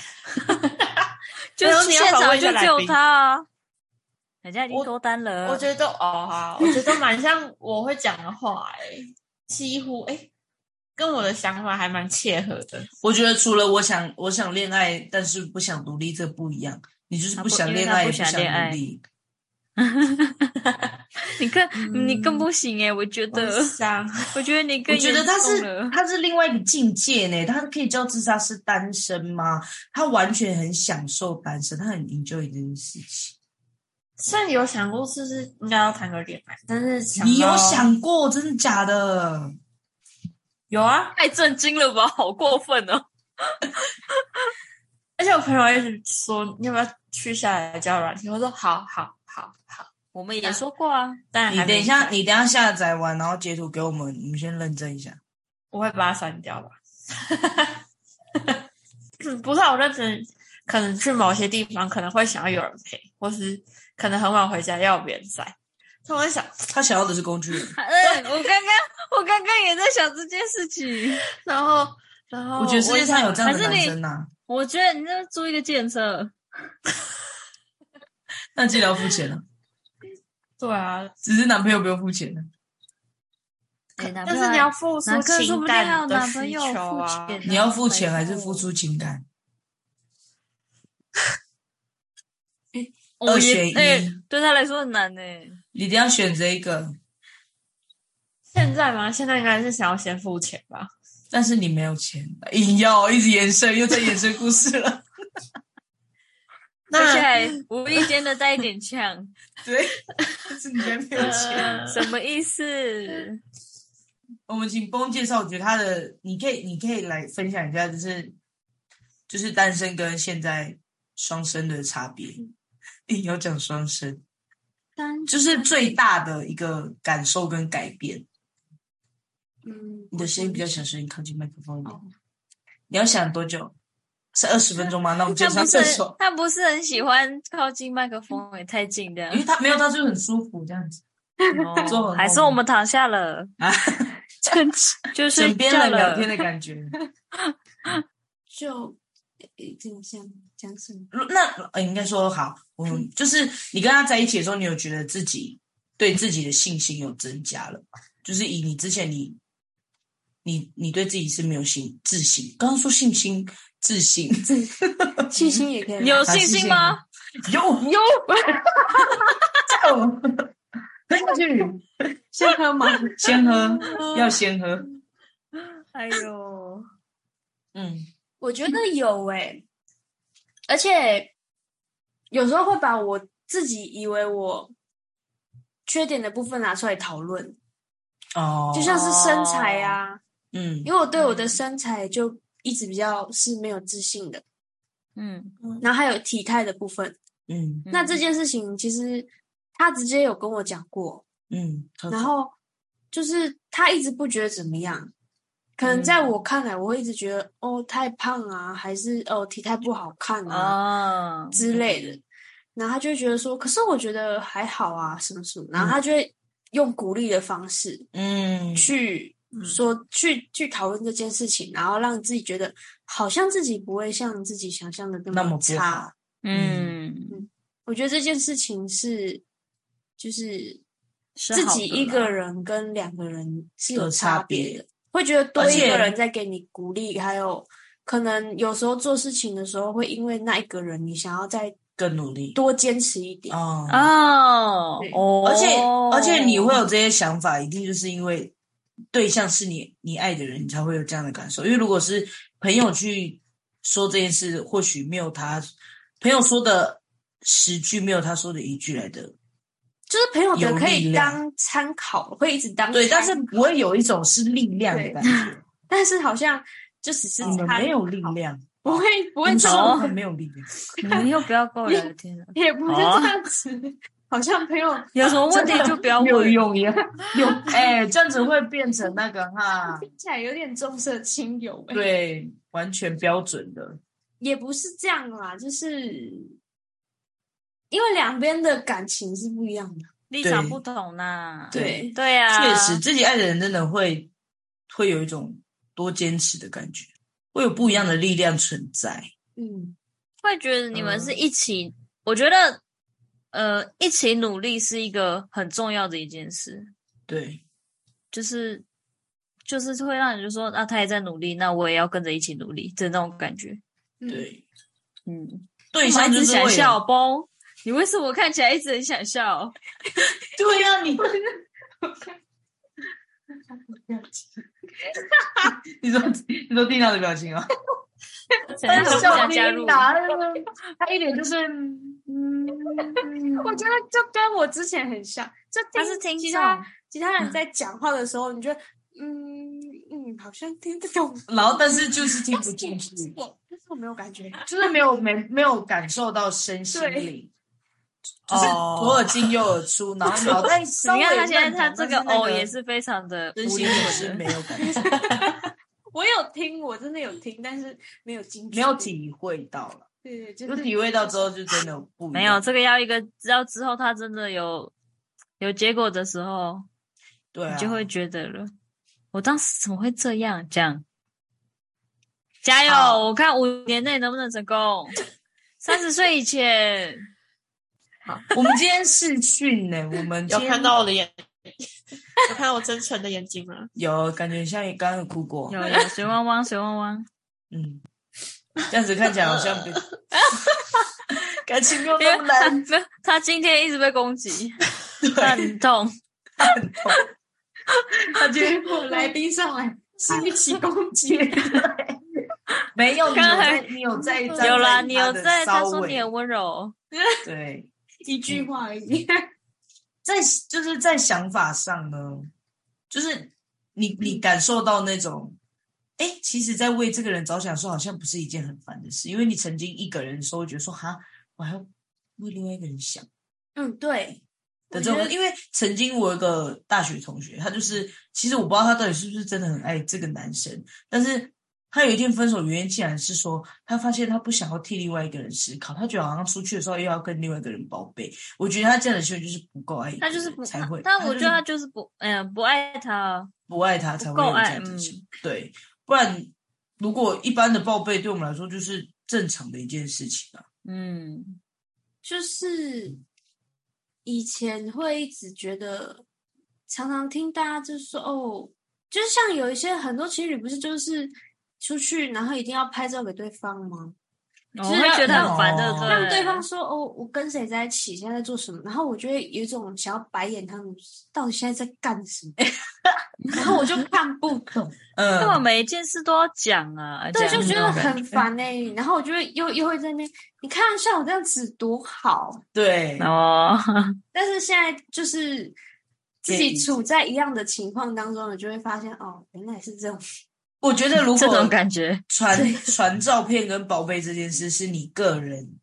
B: 就
C: 没有
B: 是
C: 你要
B: 现
C: 访
B: 场
C: 问一
B: 就
C: 下
B: 只有
C: 来宾
B: 他啊， 人家已经
C: 我
B: 脱单了。
C: 我觉得都哦 哈，我觉得蛮像我会讲的话哎、几乎哎、跟我的想法还蛮切合 的。
A: 我觉得除了我想我想恋爱，但是不想独立，这不一样。你就是
B: 他
A: 不
B: 啊不
A: 想
B: 因为
A: 恋
B: 他
A: 爱，
B: 不
A: 也不
B: 想恋爱
A: 独立。
B: 你更、你更不行嗯哎，我觉得，
C: 我想
B: 我觉得你更
A: 我觉得他
B: 严重
A: 是
B: 了
A: 他是另外一个境界呢，他可以叫自杀是单身吗？他完全很享受单身，他很 enjoy 这件事情。
C: 虽然有想过是不是应该要谈个恋爱，但是想
A: 你有
C: 到
A: 想过真的假的？
C: 有啊？
B: 太震惊了吧，好过分哦！
C: 而且我朋友一直说你要不要去下来交友软件，我说好好好好，
B: 我们也说过 啊，
C: 但
A: 你
C: 还没
A: 等一下，你等一下下载完，然后截图给我们，你们先认证一下。
C: 我会把它删掉吧。 嗯不是啊，我认真，可能去某些地方可能会想要有人陪，或是可能很晚回家要有别人在。他们想，
A: 他想要的是工具人。
B: 嗯，我刚刚我刚刚也在想这件事情，
C: 然后然后
A: 我觉得世界上有这样的
B: 还是
A: 男
B: 你
A: 生呐、啊
B: 我觉得你要租一个建车，
A: 那记得要付钱了，
C: 对啊，
A: 只是男朋友不用付钱了。
B: 哎男
C: 但
B: 朋
C: 是
B: 友
C: 你要付
B: 哪
C: 出
B: 个说
C: 情
B: 不定还有
C: 感的
B: 男朋
C: 需
B: 友
C: 求啊
B: 付。钱，
A: 你要付钱还是付？出情感？
B: 我
A: 二
B: 也
A: 选一
B: 哎对他来说很难呢。
A: 你一定要选择一个，
C: 现在吗？现在应该是想要先付钱吧。
A: 但是你没有钱，硬要一直延伸，又在延伸故事了。
B: 而且
C: 那
B: 还无意间的带一点呛，
A: 对， 但是你还没
B: 嗯
A: 有钱。
C: 呃
B: 什么意思？
A: 我们请崩介绍，我觉得他的，你可以，你可以来分享一下，就是就是单身跟现在双生的差别。硬要讲双生，
D: 单
A: 就是最大的一个感受跟改变。
D: 嗯，
A: 嗯你的声音比较
D: 小。
A: 小声，你靠近麦克风一点
D: 哦。
A: 你要想多久？是二十分钟吗？那我们
B: 他
A: 就
B: 不
A: 上
B: 是
A: 厕
B: 很
A: 所，
B: 他不是很喜欢靠近麦克风，也太近的
A: 因。为他没有，他就很舒服这样子。做
B: 哦
A: 噩
B: 还是
A: 梦
B: 我们躺下了，
A: 啊，
B: 真是就是
A: 枕边人聊
B: 了
A: 天。的感觉。
D: 就诶怎么想讲什么？
A: 如那呃，应该说好，我们就是你跟他在一起的时候，你有觉得自己对自己的信心有增加了吗？就是以你之前你你你对自己是没有信自信，刚刚说信心自信
D: 信心也可以
B: 你有
D: 吗。
A: 还
B: 信
A: 是
B: 心
A: 信
B: 吗？
A: 有
B: 有，
A: 有，很有 趣，
D: 先喝吗？
A: 先喝 要先喝，
B: 哎呦，
A: 嗯，
D: 我觉得有诶、而且有时候会把我自己以为我缺点的部分拿出来讨论，
A: 哦，
D: 就像是身材啊，
A: 嗯
D: 因为我对我的身材就一直比较是没有自信的，
B: 嗯，
D: 然后还有体态的部分。
A: 嗯
D: 那这件事情其实他直接有跟我讲过，
A: 嗯，
D: 然后就是他一直不觉得怎么样，可能
A: 嗯
D: 在我看来，我会一直觉得哦太胖啊，还是哦体态不好看
A: 哦
D: 啊
B: 啊，
D: 之类的。然后他就会觉得说，可是我觉得还好啊，什么什么。然后他就会用鼓励的方式
A: 嗯
D: 去说，去去讨论这件事情，然后让自己觉得好像自己不会像自己想象的
A: 那么不
D: 差。
A: 好，
B: 嗯，
D: 我觉得这件事情是，就是
B: 是
D: 自
B: 好
D: 己
B: 的
D: 一
B: 啦
D: 个人跟两个人是有
A: 有
D: 差
A: 差别
D: 别的，会觉得多
A: 而
D: 一
A: 且
D: 个人在给你鼓励，还有可能有时候做事情的时候，会因为那一个人，你想要再
A: 更努力
D: 多坚持一点。
A: 哦
B: 啊哦
D: 对
B: 哦，
A: 而且而且你会有这些想法，一定就是因为对象是你你爱的人，你才会有这样的感受。因为如果是朋友去说这件事，或许没有他朋友说的十句，没有他说的一句来的
D: 就是朋友的
A: 有
D: 可
A: 力
D: 以
A: 量
D: 当参考，会一直当
A: 对，但
D: 参
A: 是不会有一种是力量的感觉。
D: 但是好像 就只是
A: 你们
D: 他
A: 哦嗯没有嗯力量，
D: 不会不
A: 不
D: 会这
B: 哦
A: 说
D: 样
A: 你们没有力量。
B: 你们又不要跟我聊天了，
D: 也不会这
A: 哦
D: 样子， 好像朋友
B: 有什么
A: 啊
B: 问题就不要问。
A: 用呀， 有哎，这样子会变成那个哈，
D: 听起来有点重色轻友、欸。，
A: 对，完全标准的，
D: 也不是这样啦，就是因为两边的感情是不一样的。
B: 立场
A: 对
B: 不同呐。
A: 对
B: 对啊，
A: 确实，自己爱的人真的会会有一种多坚持的感觉，会有不一样的力量存在。
D: 嗯，
B: 会觉得你们
A: 嗯
B: 是一起，我觉得呃，一起努力是一个很重要的一件事，
A: 对，
B: 就是就是会让你就说啊，他也在努力，那我也要跟着一起努力的那种感觉。
A: 对，
B: 嗯，
A: 对
B: 我
A: 象
B: 一
A: 就
B: 直
A: 是
B: 想
A: 为
B: 笑
A: 了，
B: 崩。你为什么看起来一直很想笑？
A: 对呀、你 你说你说听到的表情 啊，
B: 怎样都不想加入？
A: 他一脸就是嗯，
D: 我觉得就跟我之前很像，就
B: 他是听
D: 其
B: 众，
D: 他其他人在讲话的时候，你觉得嗯嗯，好像听得懂，
A: 然后但是就是听不进去，
D: 我但是我没有感觉。
A: 就是没有没没有感受到身心
D: 对
A: 灵。就是左耳进右耳出，然后 脑袋稍微
B: 你看他现在
A: 认
B: 他
A: 同
B: 这
A: 但是那
B: 哦也是非常的
A: 真
B: 无
A: 心
B: 厘
A: 也
B: 头
A: 是没
B: 的，
A: 有感觉，
D: 我有听，我真的有听，但是没有进去，
A: 没有体会到了。
D: 对，对，就
A: 有
D: 是
A: 体会到之后，就真的不一样
B: 没有这个要一个，只要之后他真的有有结果的时候，
A: 对啊，
B: 你就会觉得了，我当时怎么会这样？这样，加
A: 好
B: 油！我看五年内能不能成 功，三十岁以前，
A: 我们今天视讯呢、我们今
C: 有
A: 天
C: 看到我的眼，有看到我真诚的眼睛吗？
A: 有感觉像你刚刚有哭过，
B: 有有水汪汪，水汪汪，
A: 嗯，这样子看起来好像 比感情没有那么
B: 他
A: 难，
B: 没有 他今天一直被攻击，他
A: 对，
B: 很痛。
A: 他今天
D: 我 来宾上 来是一起攻击，
A: 没有，
B: 刚才
A: 你有在，你有在，
B: 有啦，
A: 站
B: 你有
A: 他的
B: 在，他
A: 稍
B: 说
A: 微
B: 你很温柔，
A: 对，
D: 一句话而已。
A: 在就是在想法上呢，就是你你感受到那种，哎，其实，在为这个人着想的时候，好像不是一件很烦的事，因为你曾经一个人的时候，会觉得说，哈，我还要为另外一个人想
D: 嗯，对，
A: 的
D: 我
A: 这
D: 觉
A: 种，
D: 得
A: 因为曾经我有一个大学同学，他就是，其实我不知道他到底是不是真的很爱这个男生，但是他有一天分手原因竟然是说，他发现他不想要替另外一个人思考，他觉得好像出去的时候又要跟另外一个人报备。我觉得他这样的行为就是不够爱一个
B: 他
A: 人，
B: 就是不，
A: 才会。
B: 但我觉得
A: 他
B: 他
A: 就是
B: 就是不，哎呀，不爱他。
A: 不爱他才会有这样
B: 嗯
A: 的行为。对，不然如果一般的报备对我们来说就是正常的一件事情啊。
B: 嗯，
D: 就是以前会一直觉得，常常听大家就是说哦，就是像有一些很多情侣不是就是出去，然后一定要拍照给对方吗？
B: 我
D: 是
B: 会觉得很烦，对
A: 让
B: 不对？
D: 让对方说哦，我跟谁在一起，现在在做什么？然后我就会有一种想要白眼他们，到底现在在干什么？ 然后我就看不懂，
B: 干嘛
A: 嗯，
B: 每一件事都要讲啊？这
D: 对，就
B: 样
D: 觉
B: 那
D: 得
B: 种感
D: 很烦哎、然后我就会又又会在那边，你看像我这样子多好，
A: 对，
B: 哦，
D: 但是现在就是自己处在一样的情况当中，你就会发现哦，原来是这种。
A: 我觉得如
B: 这种
A: 果
B: 感觉，
A: 传传照片跟宝贝这件事是你个人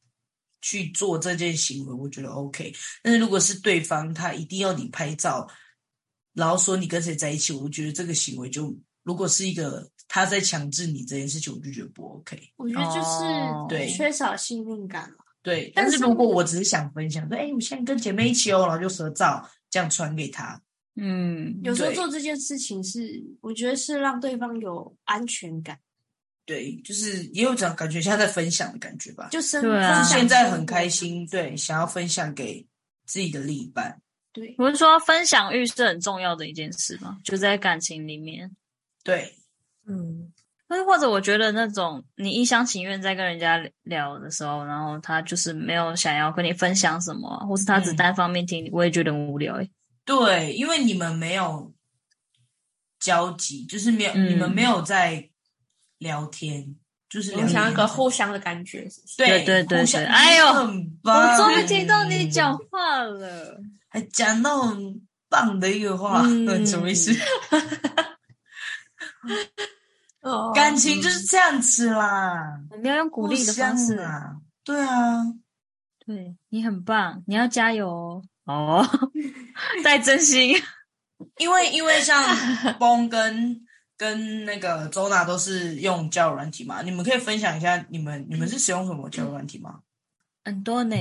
A: 去做这件行为，我觉得 OK。但是如果是对方他一定要你拍照，然后说你跟谁在一起，我觉得这个行为就如果是一个他在强制你这件事情，我就觉得不 OK。
D: 我觉得
B: 哦
D: 就是
A: 对
D: 缺少信任感了。
A: 对，
D: 但
A: 但
D: 是
A: 是如果我只是想分享说，哎，我现在跟姐妹一起哦，然后就合照这样传给他，
B: 嗯，
D: 有时候
A: 对
D: 做这件事情是，我觉得是让对方有安全感，
A: 对，就是也有种感觉像在分享的感觉吧。
D: 就生
B: 对啊
D: 分享
A: 现在
D: 生
A: 很
D: 活
A: 开，心，对，想要分享给自己的另一半。
D: 对，
B: 我是说分享欲是很重要的一件事嘛，就在感情里面。
A: 对，
C: 嗯，
B: 但是或者我觉得那种你一厢情愿在跟人家聊的时候，然后他就是没有想要跟你分享什么啊，或是他只
A: 嗯
B: 单方面听你，我也觉得很无聊欸。
A: 对，因为你们没有交集，就是没有、
B: 嗯
A: 你们没有在聊天，就是
C: 我
A: 聊
C: 们想要一个
A: 天
C: 互相的感觉，是不是
A: 对
B: 对对对
A: 互相
B: 对哎呦
A: 很棒，
B: 我终于听到你讲，话了，
A: 还讲到很棒的一个话，
B: 嗯
A: 什么意思？
C: 哦
A: 感情就是这样子啦，
B: 我们要用鼓励的方
A: 互相。
B: 式
A: 啦，对啊，
B: 对你很棒，你要加油哦！ 哦， 带真心，
A: 因为因为像 崩跟跟那个周娜都是用交友软体嘛，你们可以分享一下你们你们是使用什么交友软体吗？
B: 很多呢。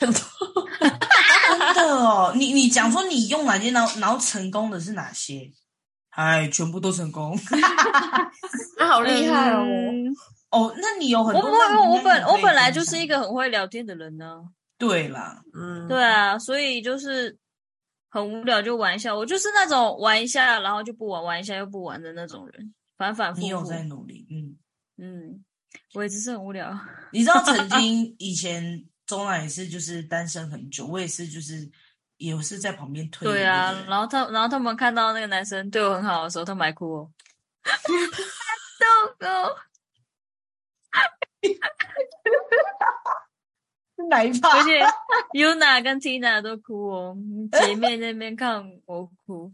C: 很多
A: 真的哦，你你讲说你用哪些，然后然后成功的是哪些？哎，全部都成功
C: 那好厉害哦！
B: 嗯
A: 哦。那你有
B: 我
A: 很
B: 我
A: 多那你那
B: 我
A: 你
B: 我本
A: 可以
B: 我本来就是
A: 分享
B: 一个很会聊天的人呢、
A: 对啦，
C: 嗯，
B: 对啊，所以就是很无聊就玩一下，我就是那种玩一下然后就不玩，玩一下又不玩的那种人，反反复
A: 你有
B: 复。
A: 在努力，嗯。
B: 嗯，我也只是很无聊。
A: 你知道曾经以前周娜也是就是单身很久，我也是就是也是在旁边推的
B: 对
A: 那
B: 啊
A: 个，人
B: 然后他然后他们看到那个男生对我很好的时候，他们还哭 哦。豆豆，
A: 是哪一趴
B: 而且 Yuna 跟 Tina 都哭哦，姐妹那边看我哭，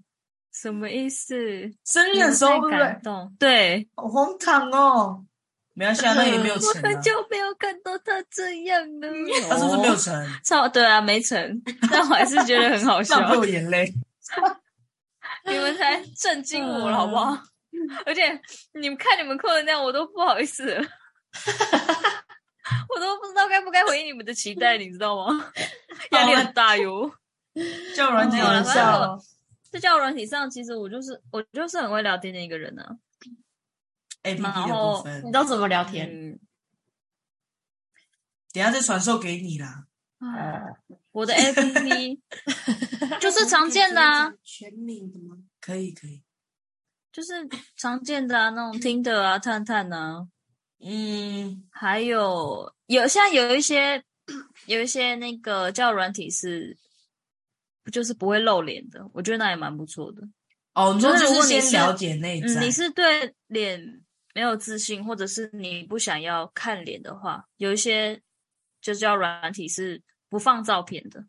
B: 什么意思？
A: 生日的时候对
B: 你
A: 不
B: 们在
A: 对
B: 感？动，对，
A: 好荒唐哦！没关系啊，那也没有
B: 我
A: 成啊
B: 很，久没有看到他这样了。 哦
A: 他是不是没有成？
B: 超对啊，没成，但我还是觉得很好笑。
A: 浪费我眼 泪。
B: 你们才震惊
A: 嗯
B: 我了，好不好？而且你们看你们哭的那样，我都不好意思 了，我都不知道该不该回应你们的期待，你知 道吗？压力很大哟。
A: 叫软体
B: 没有啦
A: 玩
B: 反正
A: 啊笑，
B: 我这交友软体上，其实我就是我就是很会聊天的一个人啊。
A: A P
B: 然
A: P 的
B: 后
A: 部分
C: 你，都怎么聊天？
B: 嗯，
A: 等一下再传授给你啦。
C: 嗯
B: 嗯我 的 APP 就是常见的啊，
D: 全民的吗？
A: 可以可以，
B: 就是常见的啊，那种听的啊、探探啊，
A: 嗯，
B: 还有有现在有一些有一些那个叫软体是，就是不会露脸的，我觉得那也蛮不错的。
A: 哦，你说
B: 就是
A: 就
B: 如果
A: 是
B: 你
A: 先
B: 是
A: 了解内在
B: 嗯，，你是对脸没有自信，或者是你不想要看脸的话，有一些就叫软体是不放照片的。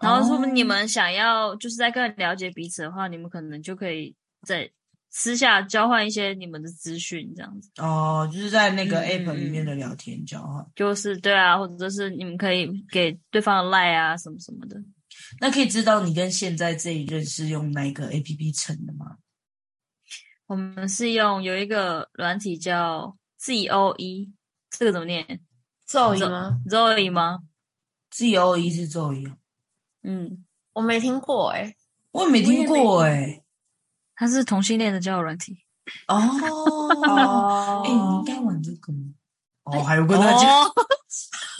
B: 然后，说明你们想要就是在更了解彼此的话，你们可能就可以在私下交换一些你们的资讯，这样子。
A: 哦，就是在那个
B: 嗯
A: app 里面
B: 嗯
A: 的聊天交换，
B: 就是对啊，或者是你们可以给对方的赖啊什么什么的。
A: 那可以知道你跟现在这一任是用哪一个 app 成的吗？
B: 我们是用有一个软体叫 Z O E，这个怎么念
C: 咒语吗？
B: ？Zoe 吗？
A: 自由一 E 是咒语，
B: 嗯，
C: 我没听过哎、
A: 我也没听过哎、
B: 它是同性恋的交友软体。
A: 哦，哎、你应该玩这个吗？哦，还有跟他讲，
B: 哎哦，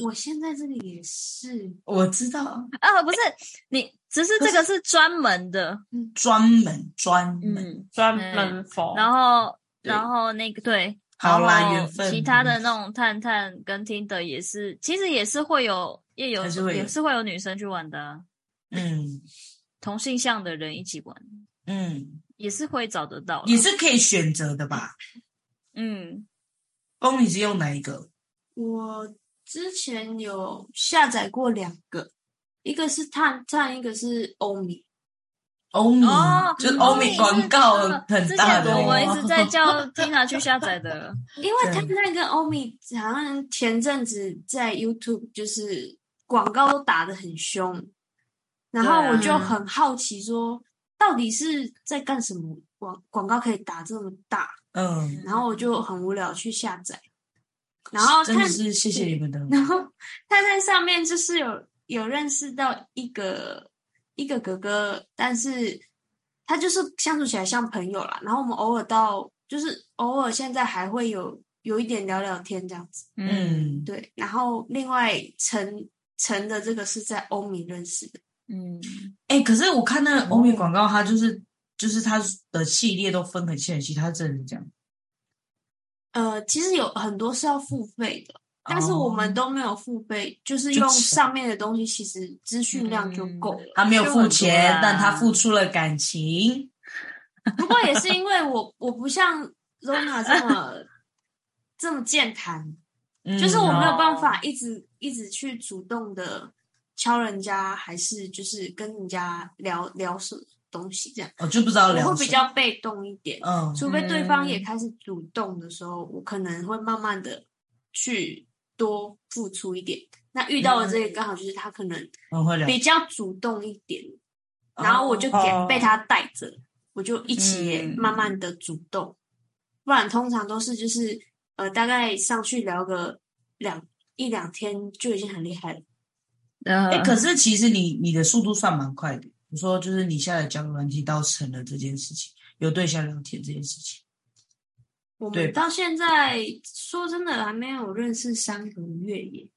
D: 我现在这个也是，
A: 我知道，
B: 啊，不是你，只是这个是专门的，
A: 专门专门，
B: 嗯，
C: 专门否？
B: 然后
A: 对
B: 然后那个对，
A: 好啦，
B: 然
A: 缘
B: 后
A: 分。嗯
B: 其他的那种探探跟听的也是，其实也是会有，也有
A: 还是会有
B: 也是会有女生去玩的啊、
A: 嗯
B: 同性向的人一起玩
A: 嗯，
B: 也是会找得到的，
A: 也是可以选择的吧？
B: 嗯，
A: 风你是用哪一个？
D: 我之前有下载过两个，一个是探探，一个是欧米。
A: 欧米
B: 哦，
A: 嗯就是欧米广告很大的
B: 之前
A: 哦，
B: 我们一直在叫 Tina 去下载 的，
D: 因为探探跟欧米好像前阵子在 YouTube 就是广告都打得很凶，然
B: 对
D: 后
B: 啊
D: 我
A: 嗯
D: 就很好奇说，到底是在干什么？广广告可以打这么大，
A: 嗯，
D: 然后我就很无聊去下载，然后
A: 真的
D: 探
A: 是谢谢你们的，
D: 然后探探上面就是有有认识到一个一个哥哥，但是他就是相处起来像朋友啦。然后我们偶尔到，就是偶尔现在还会有有一点聊聊天这样子。
B: 嗯
A: 嗯，
D: 对，然后另外陈陈的这个是在欧米认识的，
B: 嗯，
A: 哎，可是我看那个欧米广告，它就是就是它的系列都分很细很细，它真的是这样，
D: 呃，其实有很多是要付费的。但是我们
A: 哦
D: 都没有付费，就是
A: 就
D: 用
A: 是
D: 上面的东西，其实资讯量就
B: 嗯
D: 够了。
A: 他没有付
B: 就很多
A: 钱
B: 啦，
A: 但他付出了感情，
D: 不过也是因为我我不像 Rona 这 么这么健谈，
A: 嗯
D: 就是我没有办法一直一直去主动的敲人家，还是就是跟人家聊聊什么东西这样，
A: 我就不知道
D: 我
A: 聊
D: 会
A: 什
D: 比
A: 么
D: 较被动一点。
A: 嗯
D: 除非对方也
B: 嗯
D: 开始主动的时候，我可能会慢慢的去多付出一点。那遇到的这
A: 嗯
D: 个刚好就是他可能
A: 很会聊，
D: 比较主动一点，然后我就
C: 哦
D: 给被他带着，我就一起也
B: 嗯
D: 慢慢的主动，不然通常都是就是呃大概上去聊个两一两天就已经很厉害了。
A: 哎、
B: 哎
A: 可是其实你你的速度算蛮快的。你说就是你下载交友软体到成了这件事情，有对象聊天这件事情，
D: 我
A: 对
D: 们到现在说真的还没有认识三个月耶，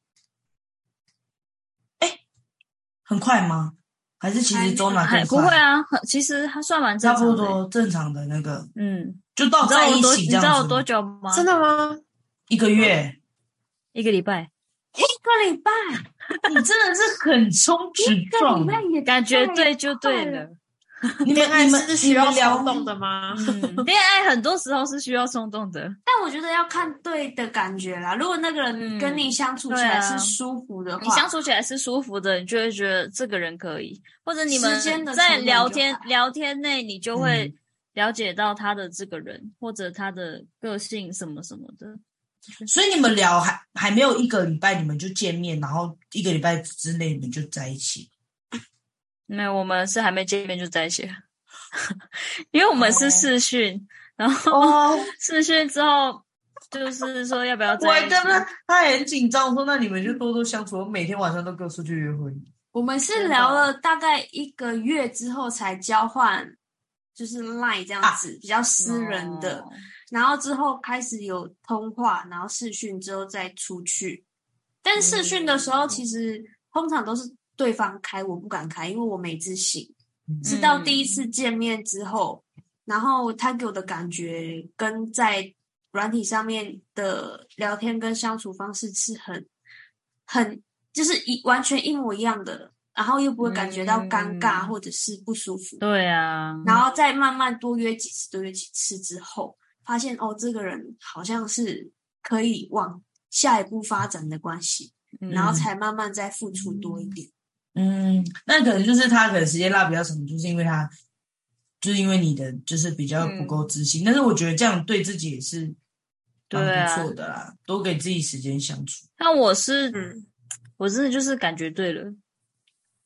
A: 很快吗？还是其
D: 还
A: 实周娜更
B: 不会
A: 快？
B: 啊，很其实还算蛮正
A: 差
B: 常
A: 不
B: 的，
A: 多正常的那个，
B: 嗯，
A: 就到
B: 你知道
A: 在
B: 我
A: 一
B: 多
A: 起
B: 你
A: 这
B: 知道
A: 样
B: 我
A: 子
B: 多
A: 吗，
B: 久吗？
C: 真的吗？
A: 一个月，
B: 一个礼拜，
D: 一个礼拜，
A: 你真的是横冲直
D: 一个
A: 撞
D: 礼，拜也
B: 感觉
D: 太
B: 对就对
D: 快了
B: 了。
A: 你
C: 恋
A: 们
C: 爱
A: 你们
C: 是需
A: 你
C: 要
A: 们
C: 冲
A: 聊
C: 动的 吗？
B: 嗯，恋爱很多时候是需要冲动的，
D: 但我觉得要看对的感觉啦。如果那个人跟你相处起
B: 嗯对
D: 来
B: 啊
D: 是舒服的话，
B: 你相处起来是舒服的，你就会觉得这个人可以，或者你们
D: 时间的
B: 在
D: 成本
B: 聊
D: 就
B: 天
D: 还好
B: 聊天内，你就
A: 嗯
B: 会了解到他的这个人或者他的个性什么什么的。
A: 所以你们聊还还没有一个礼拜，你们就见面，然后一个礼拜之内你们就在一起。
B: 没有，我们是还没见面就在一起 了，因为我们
D: 哦
B: 是视讯，然后
A: 哦，
B: 视讯之后就是说要不要
A: 我还
B: 在一起
A: 跟。他他也很紧张，我说那你们就多多相处，我每天晚上都跟我出去约会。
D: 我们是
B: 真的
D: 聊了大概一个月之后才交换，就是 Line 这样子、比较私人的，
B: 啊哦
D: 然后之后开始有通话，然后视讯之后再出去。但是视讯的时候，
B: 嗯
D: 其实通常都是对方开，我不敢开，因为我没自信。
A: 嗯
D: 是到第一次见面之后，然后他给我的感觉跟在软体上面的聊天跟相处方式是很很就是一完全一模一样的，然后又不会感觉到尴尬
B: 嗯
D: 或者是不舒服，
B: 对啊，
D: 然后再慢慢多约几次，多约几次之后，发现哦，这个人好像是可以往下一步发展的关系，然后
B: 嗯
D: 才慢慢再付出多一点。
A: 嗯，那可能就是他可能时间拉比较长，就是因为他，就是因为你的就是比较不够自信。但是我觉得这样对自己也是蛮
B: 嗯对啊
A: 不错的啦，多给自己时间相处。
B: 但我是
C: 嗯，
B: 我真的就是感觉对了，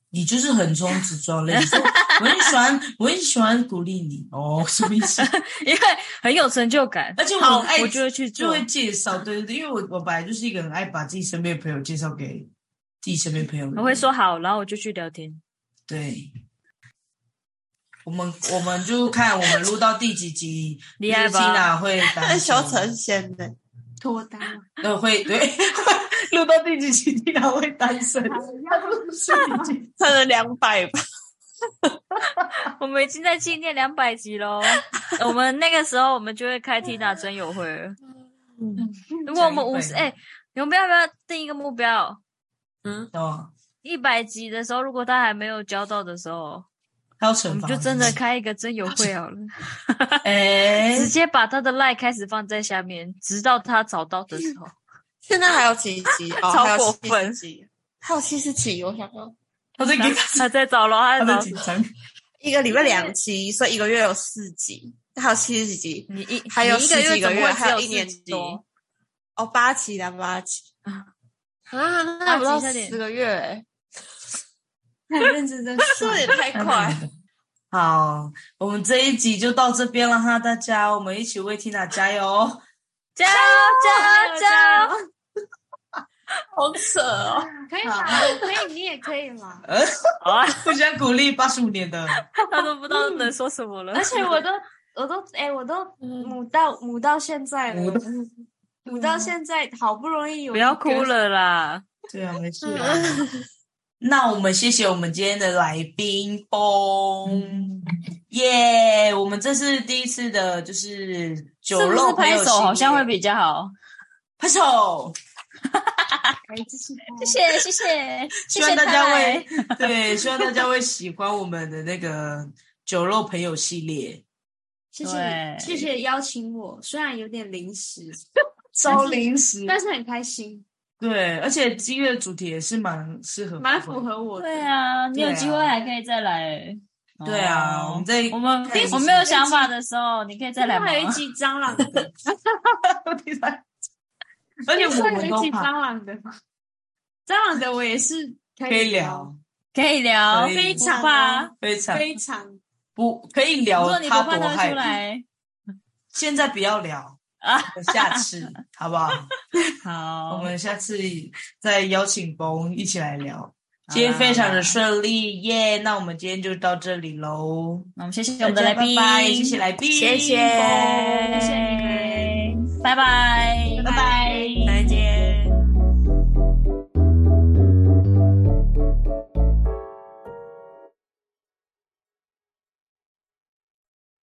A: 你就是横冲直撞，类似我很喜欢，我很喜欢鼓励你哦，什么意思？
B: 因为很有成就感，
A: 而且我
B: 好
A: 很
D: 哎
A: 爱
B: 我就会去
A: 就
B: 做
A: 会。介绍，对对对，因为我我本来就是一个很爱把自己身边的朋友介绍给自己身边朋友的人，
B: 我会说好，然后我就去聊天。
A: 对。我们我们就看我们录到第几集，
B: 厉害吧
A: 就是 Tina 会
C: 那
A: 担
C: 小
A: 心
C: 成仙的，
D: 脱单 啊，
A: 呃，会对， 录到第几期竟然会单身，
D: 要不是
C: 赚了两百吧。
B: 我们已经在纪念两百集喽。我们那个时候，我们就会开 Tina 真友会 了。
D: 嗯
B: 如果我们五十，
A: 讲一百
B: 哎，你们要不要定一个目标？
C: 嗯，
A: 哦，
B: 一百集的时候，如果他还没有交到的时候，
A: 还有
B: 我
A: 惩
B: 们
A: 罚，
B: 就真的开一个真友会好了，
A: 哎
B: 直，接把他的 line 开始放在下面，直到他找到的时候。
C: 现在还有几 集？哦，
B: 超
C: 还有
B: 过
C: 70
B: 分
C: 集，还有七十集。我想说，
A: 他在给
B: 他在找咯，他
A: 他
B: 在
A: 在
B: 找
A: 紧。张，
C: 一个礼拜两集，所以一个月有四集，还有七十集，
B: 你一
C: 还有
B: 你一
C: 十
B: 个
C: 几
B: 月
C: 个
B: 怎么
C: 月，
B: 会
C: 还
B: 只
C: 有
B: 有
C: 一年
B: 四集
C: 多。哦，八期啦，八期。啊，那
B: 八
C: 还不到
B: 集差点
C: 十个月、欸，
D: 很认真在
C: 是
D: 说
C: 不，是也太 快？
A: 好，我们这一集就到这边了哈，大家，我们一起为 Tina 加油 哦！
B: 加 油加油加油！
C: 好扯哦！
D: 可以啦，可以，你也可以啦。
B: 好啊，
A: 互相鼓励，八十五年的，
B: 他都不知道能说什么了。
D: 而且我都，我都，哎、我都
C: 嗯
B: 嗯
D: 母到母到现在了，
A: 母到
D: 母到现在，好不容易有
B: 不要
D: 一个
B: 哭，了啦，
A: 对啊，没事啊。 那我们谢谢我们今天的来宾崩，耶！我们这是第一次的，就是酒
B: 是不
A: 肉
B: 是
A: 朋
B: 拍
A: 友
B: 手好
A: 系
B: 像
A: 列
B: 会比较好？
A: 拍手。
D: 哎，这是他
B: 谢谢谢谢，
A: 希
B: 谢
A: 望
B: 谢
A: 大家会
B: 会
A: 对，希望大家会喜欢我们的那个酒肉朋友系 列。
D: 谢
B: 对
D: 谢谢谢邀请我，虽然有点临时，
A: 烧零食
D: 但是很开心，
A: 对，而且今月的主题也是蛮适合，
D: 蛮符。合我的。
B: 对啊，你有机会还可以再来。哦
A: 对啊， 我们在
B: 我们
A: 看一下
B: 我没有想法的时候，你可以再来吗。
D: 还有一集蟑 螂的，
A: 而且我
D: 另 外有
A: 们
D: 一
A: 都
D: 集
A: 怕
D: 蟑螂的吗？蟑螂的我也是可
A: 可以，聊，
B: 可以聊，
A: 可以
D: 非常
B: 不怕。
A: 非常
D: 非常
A: 不可以
B: 如
A: 聊
B: 果你不
A: 他
B: 怕
A: 多
B: 他
A: 害
B: 出
A: 怕，
B: 来，
A: 现在不要聊
B: 啊，
A: 下 次好不好？我
B: 好，
A: 们下次再邀请崩一起来聊。
B: 啦
A: 今天非常的顺利耶那我们今天就到这里喽。
B: 那我们谢谢
A: 我
B: 我
A: 们
B: 们
A: 的
B: 的
A: 来
B: 来
A: 宾，
B: 宾，
A: 来宾，谢
C: 谢
A: 谢
B: 谢
C: 谢，
B: 谢你们，拜拜。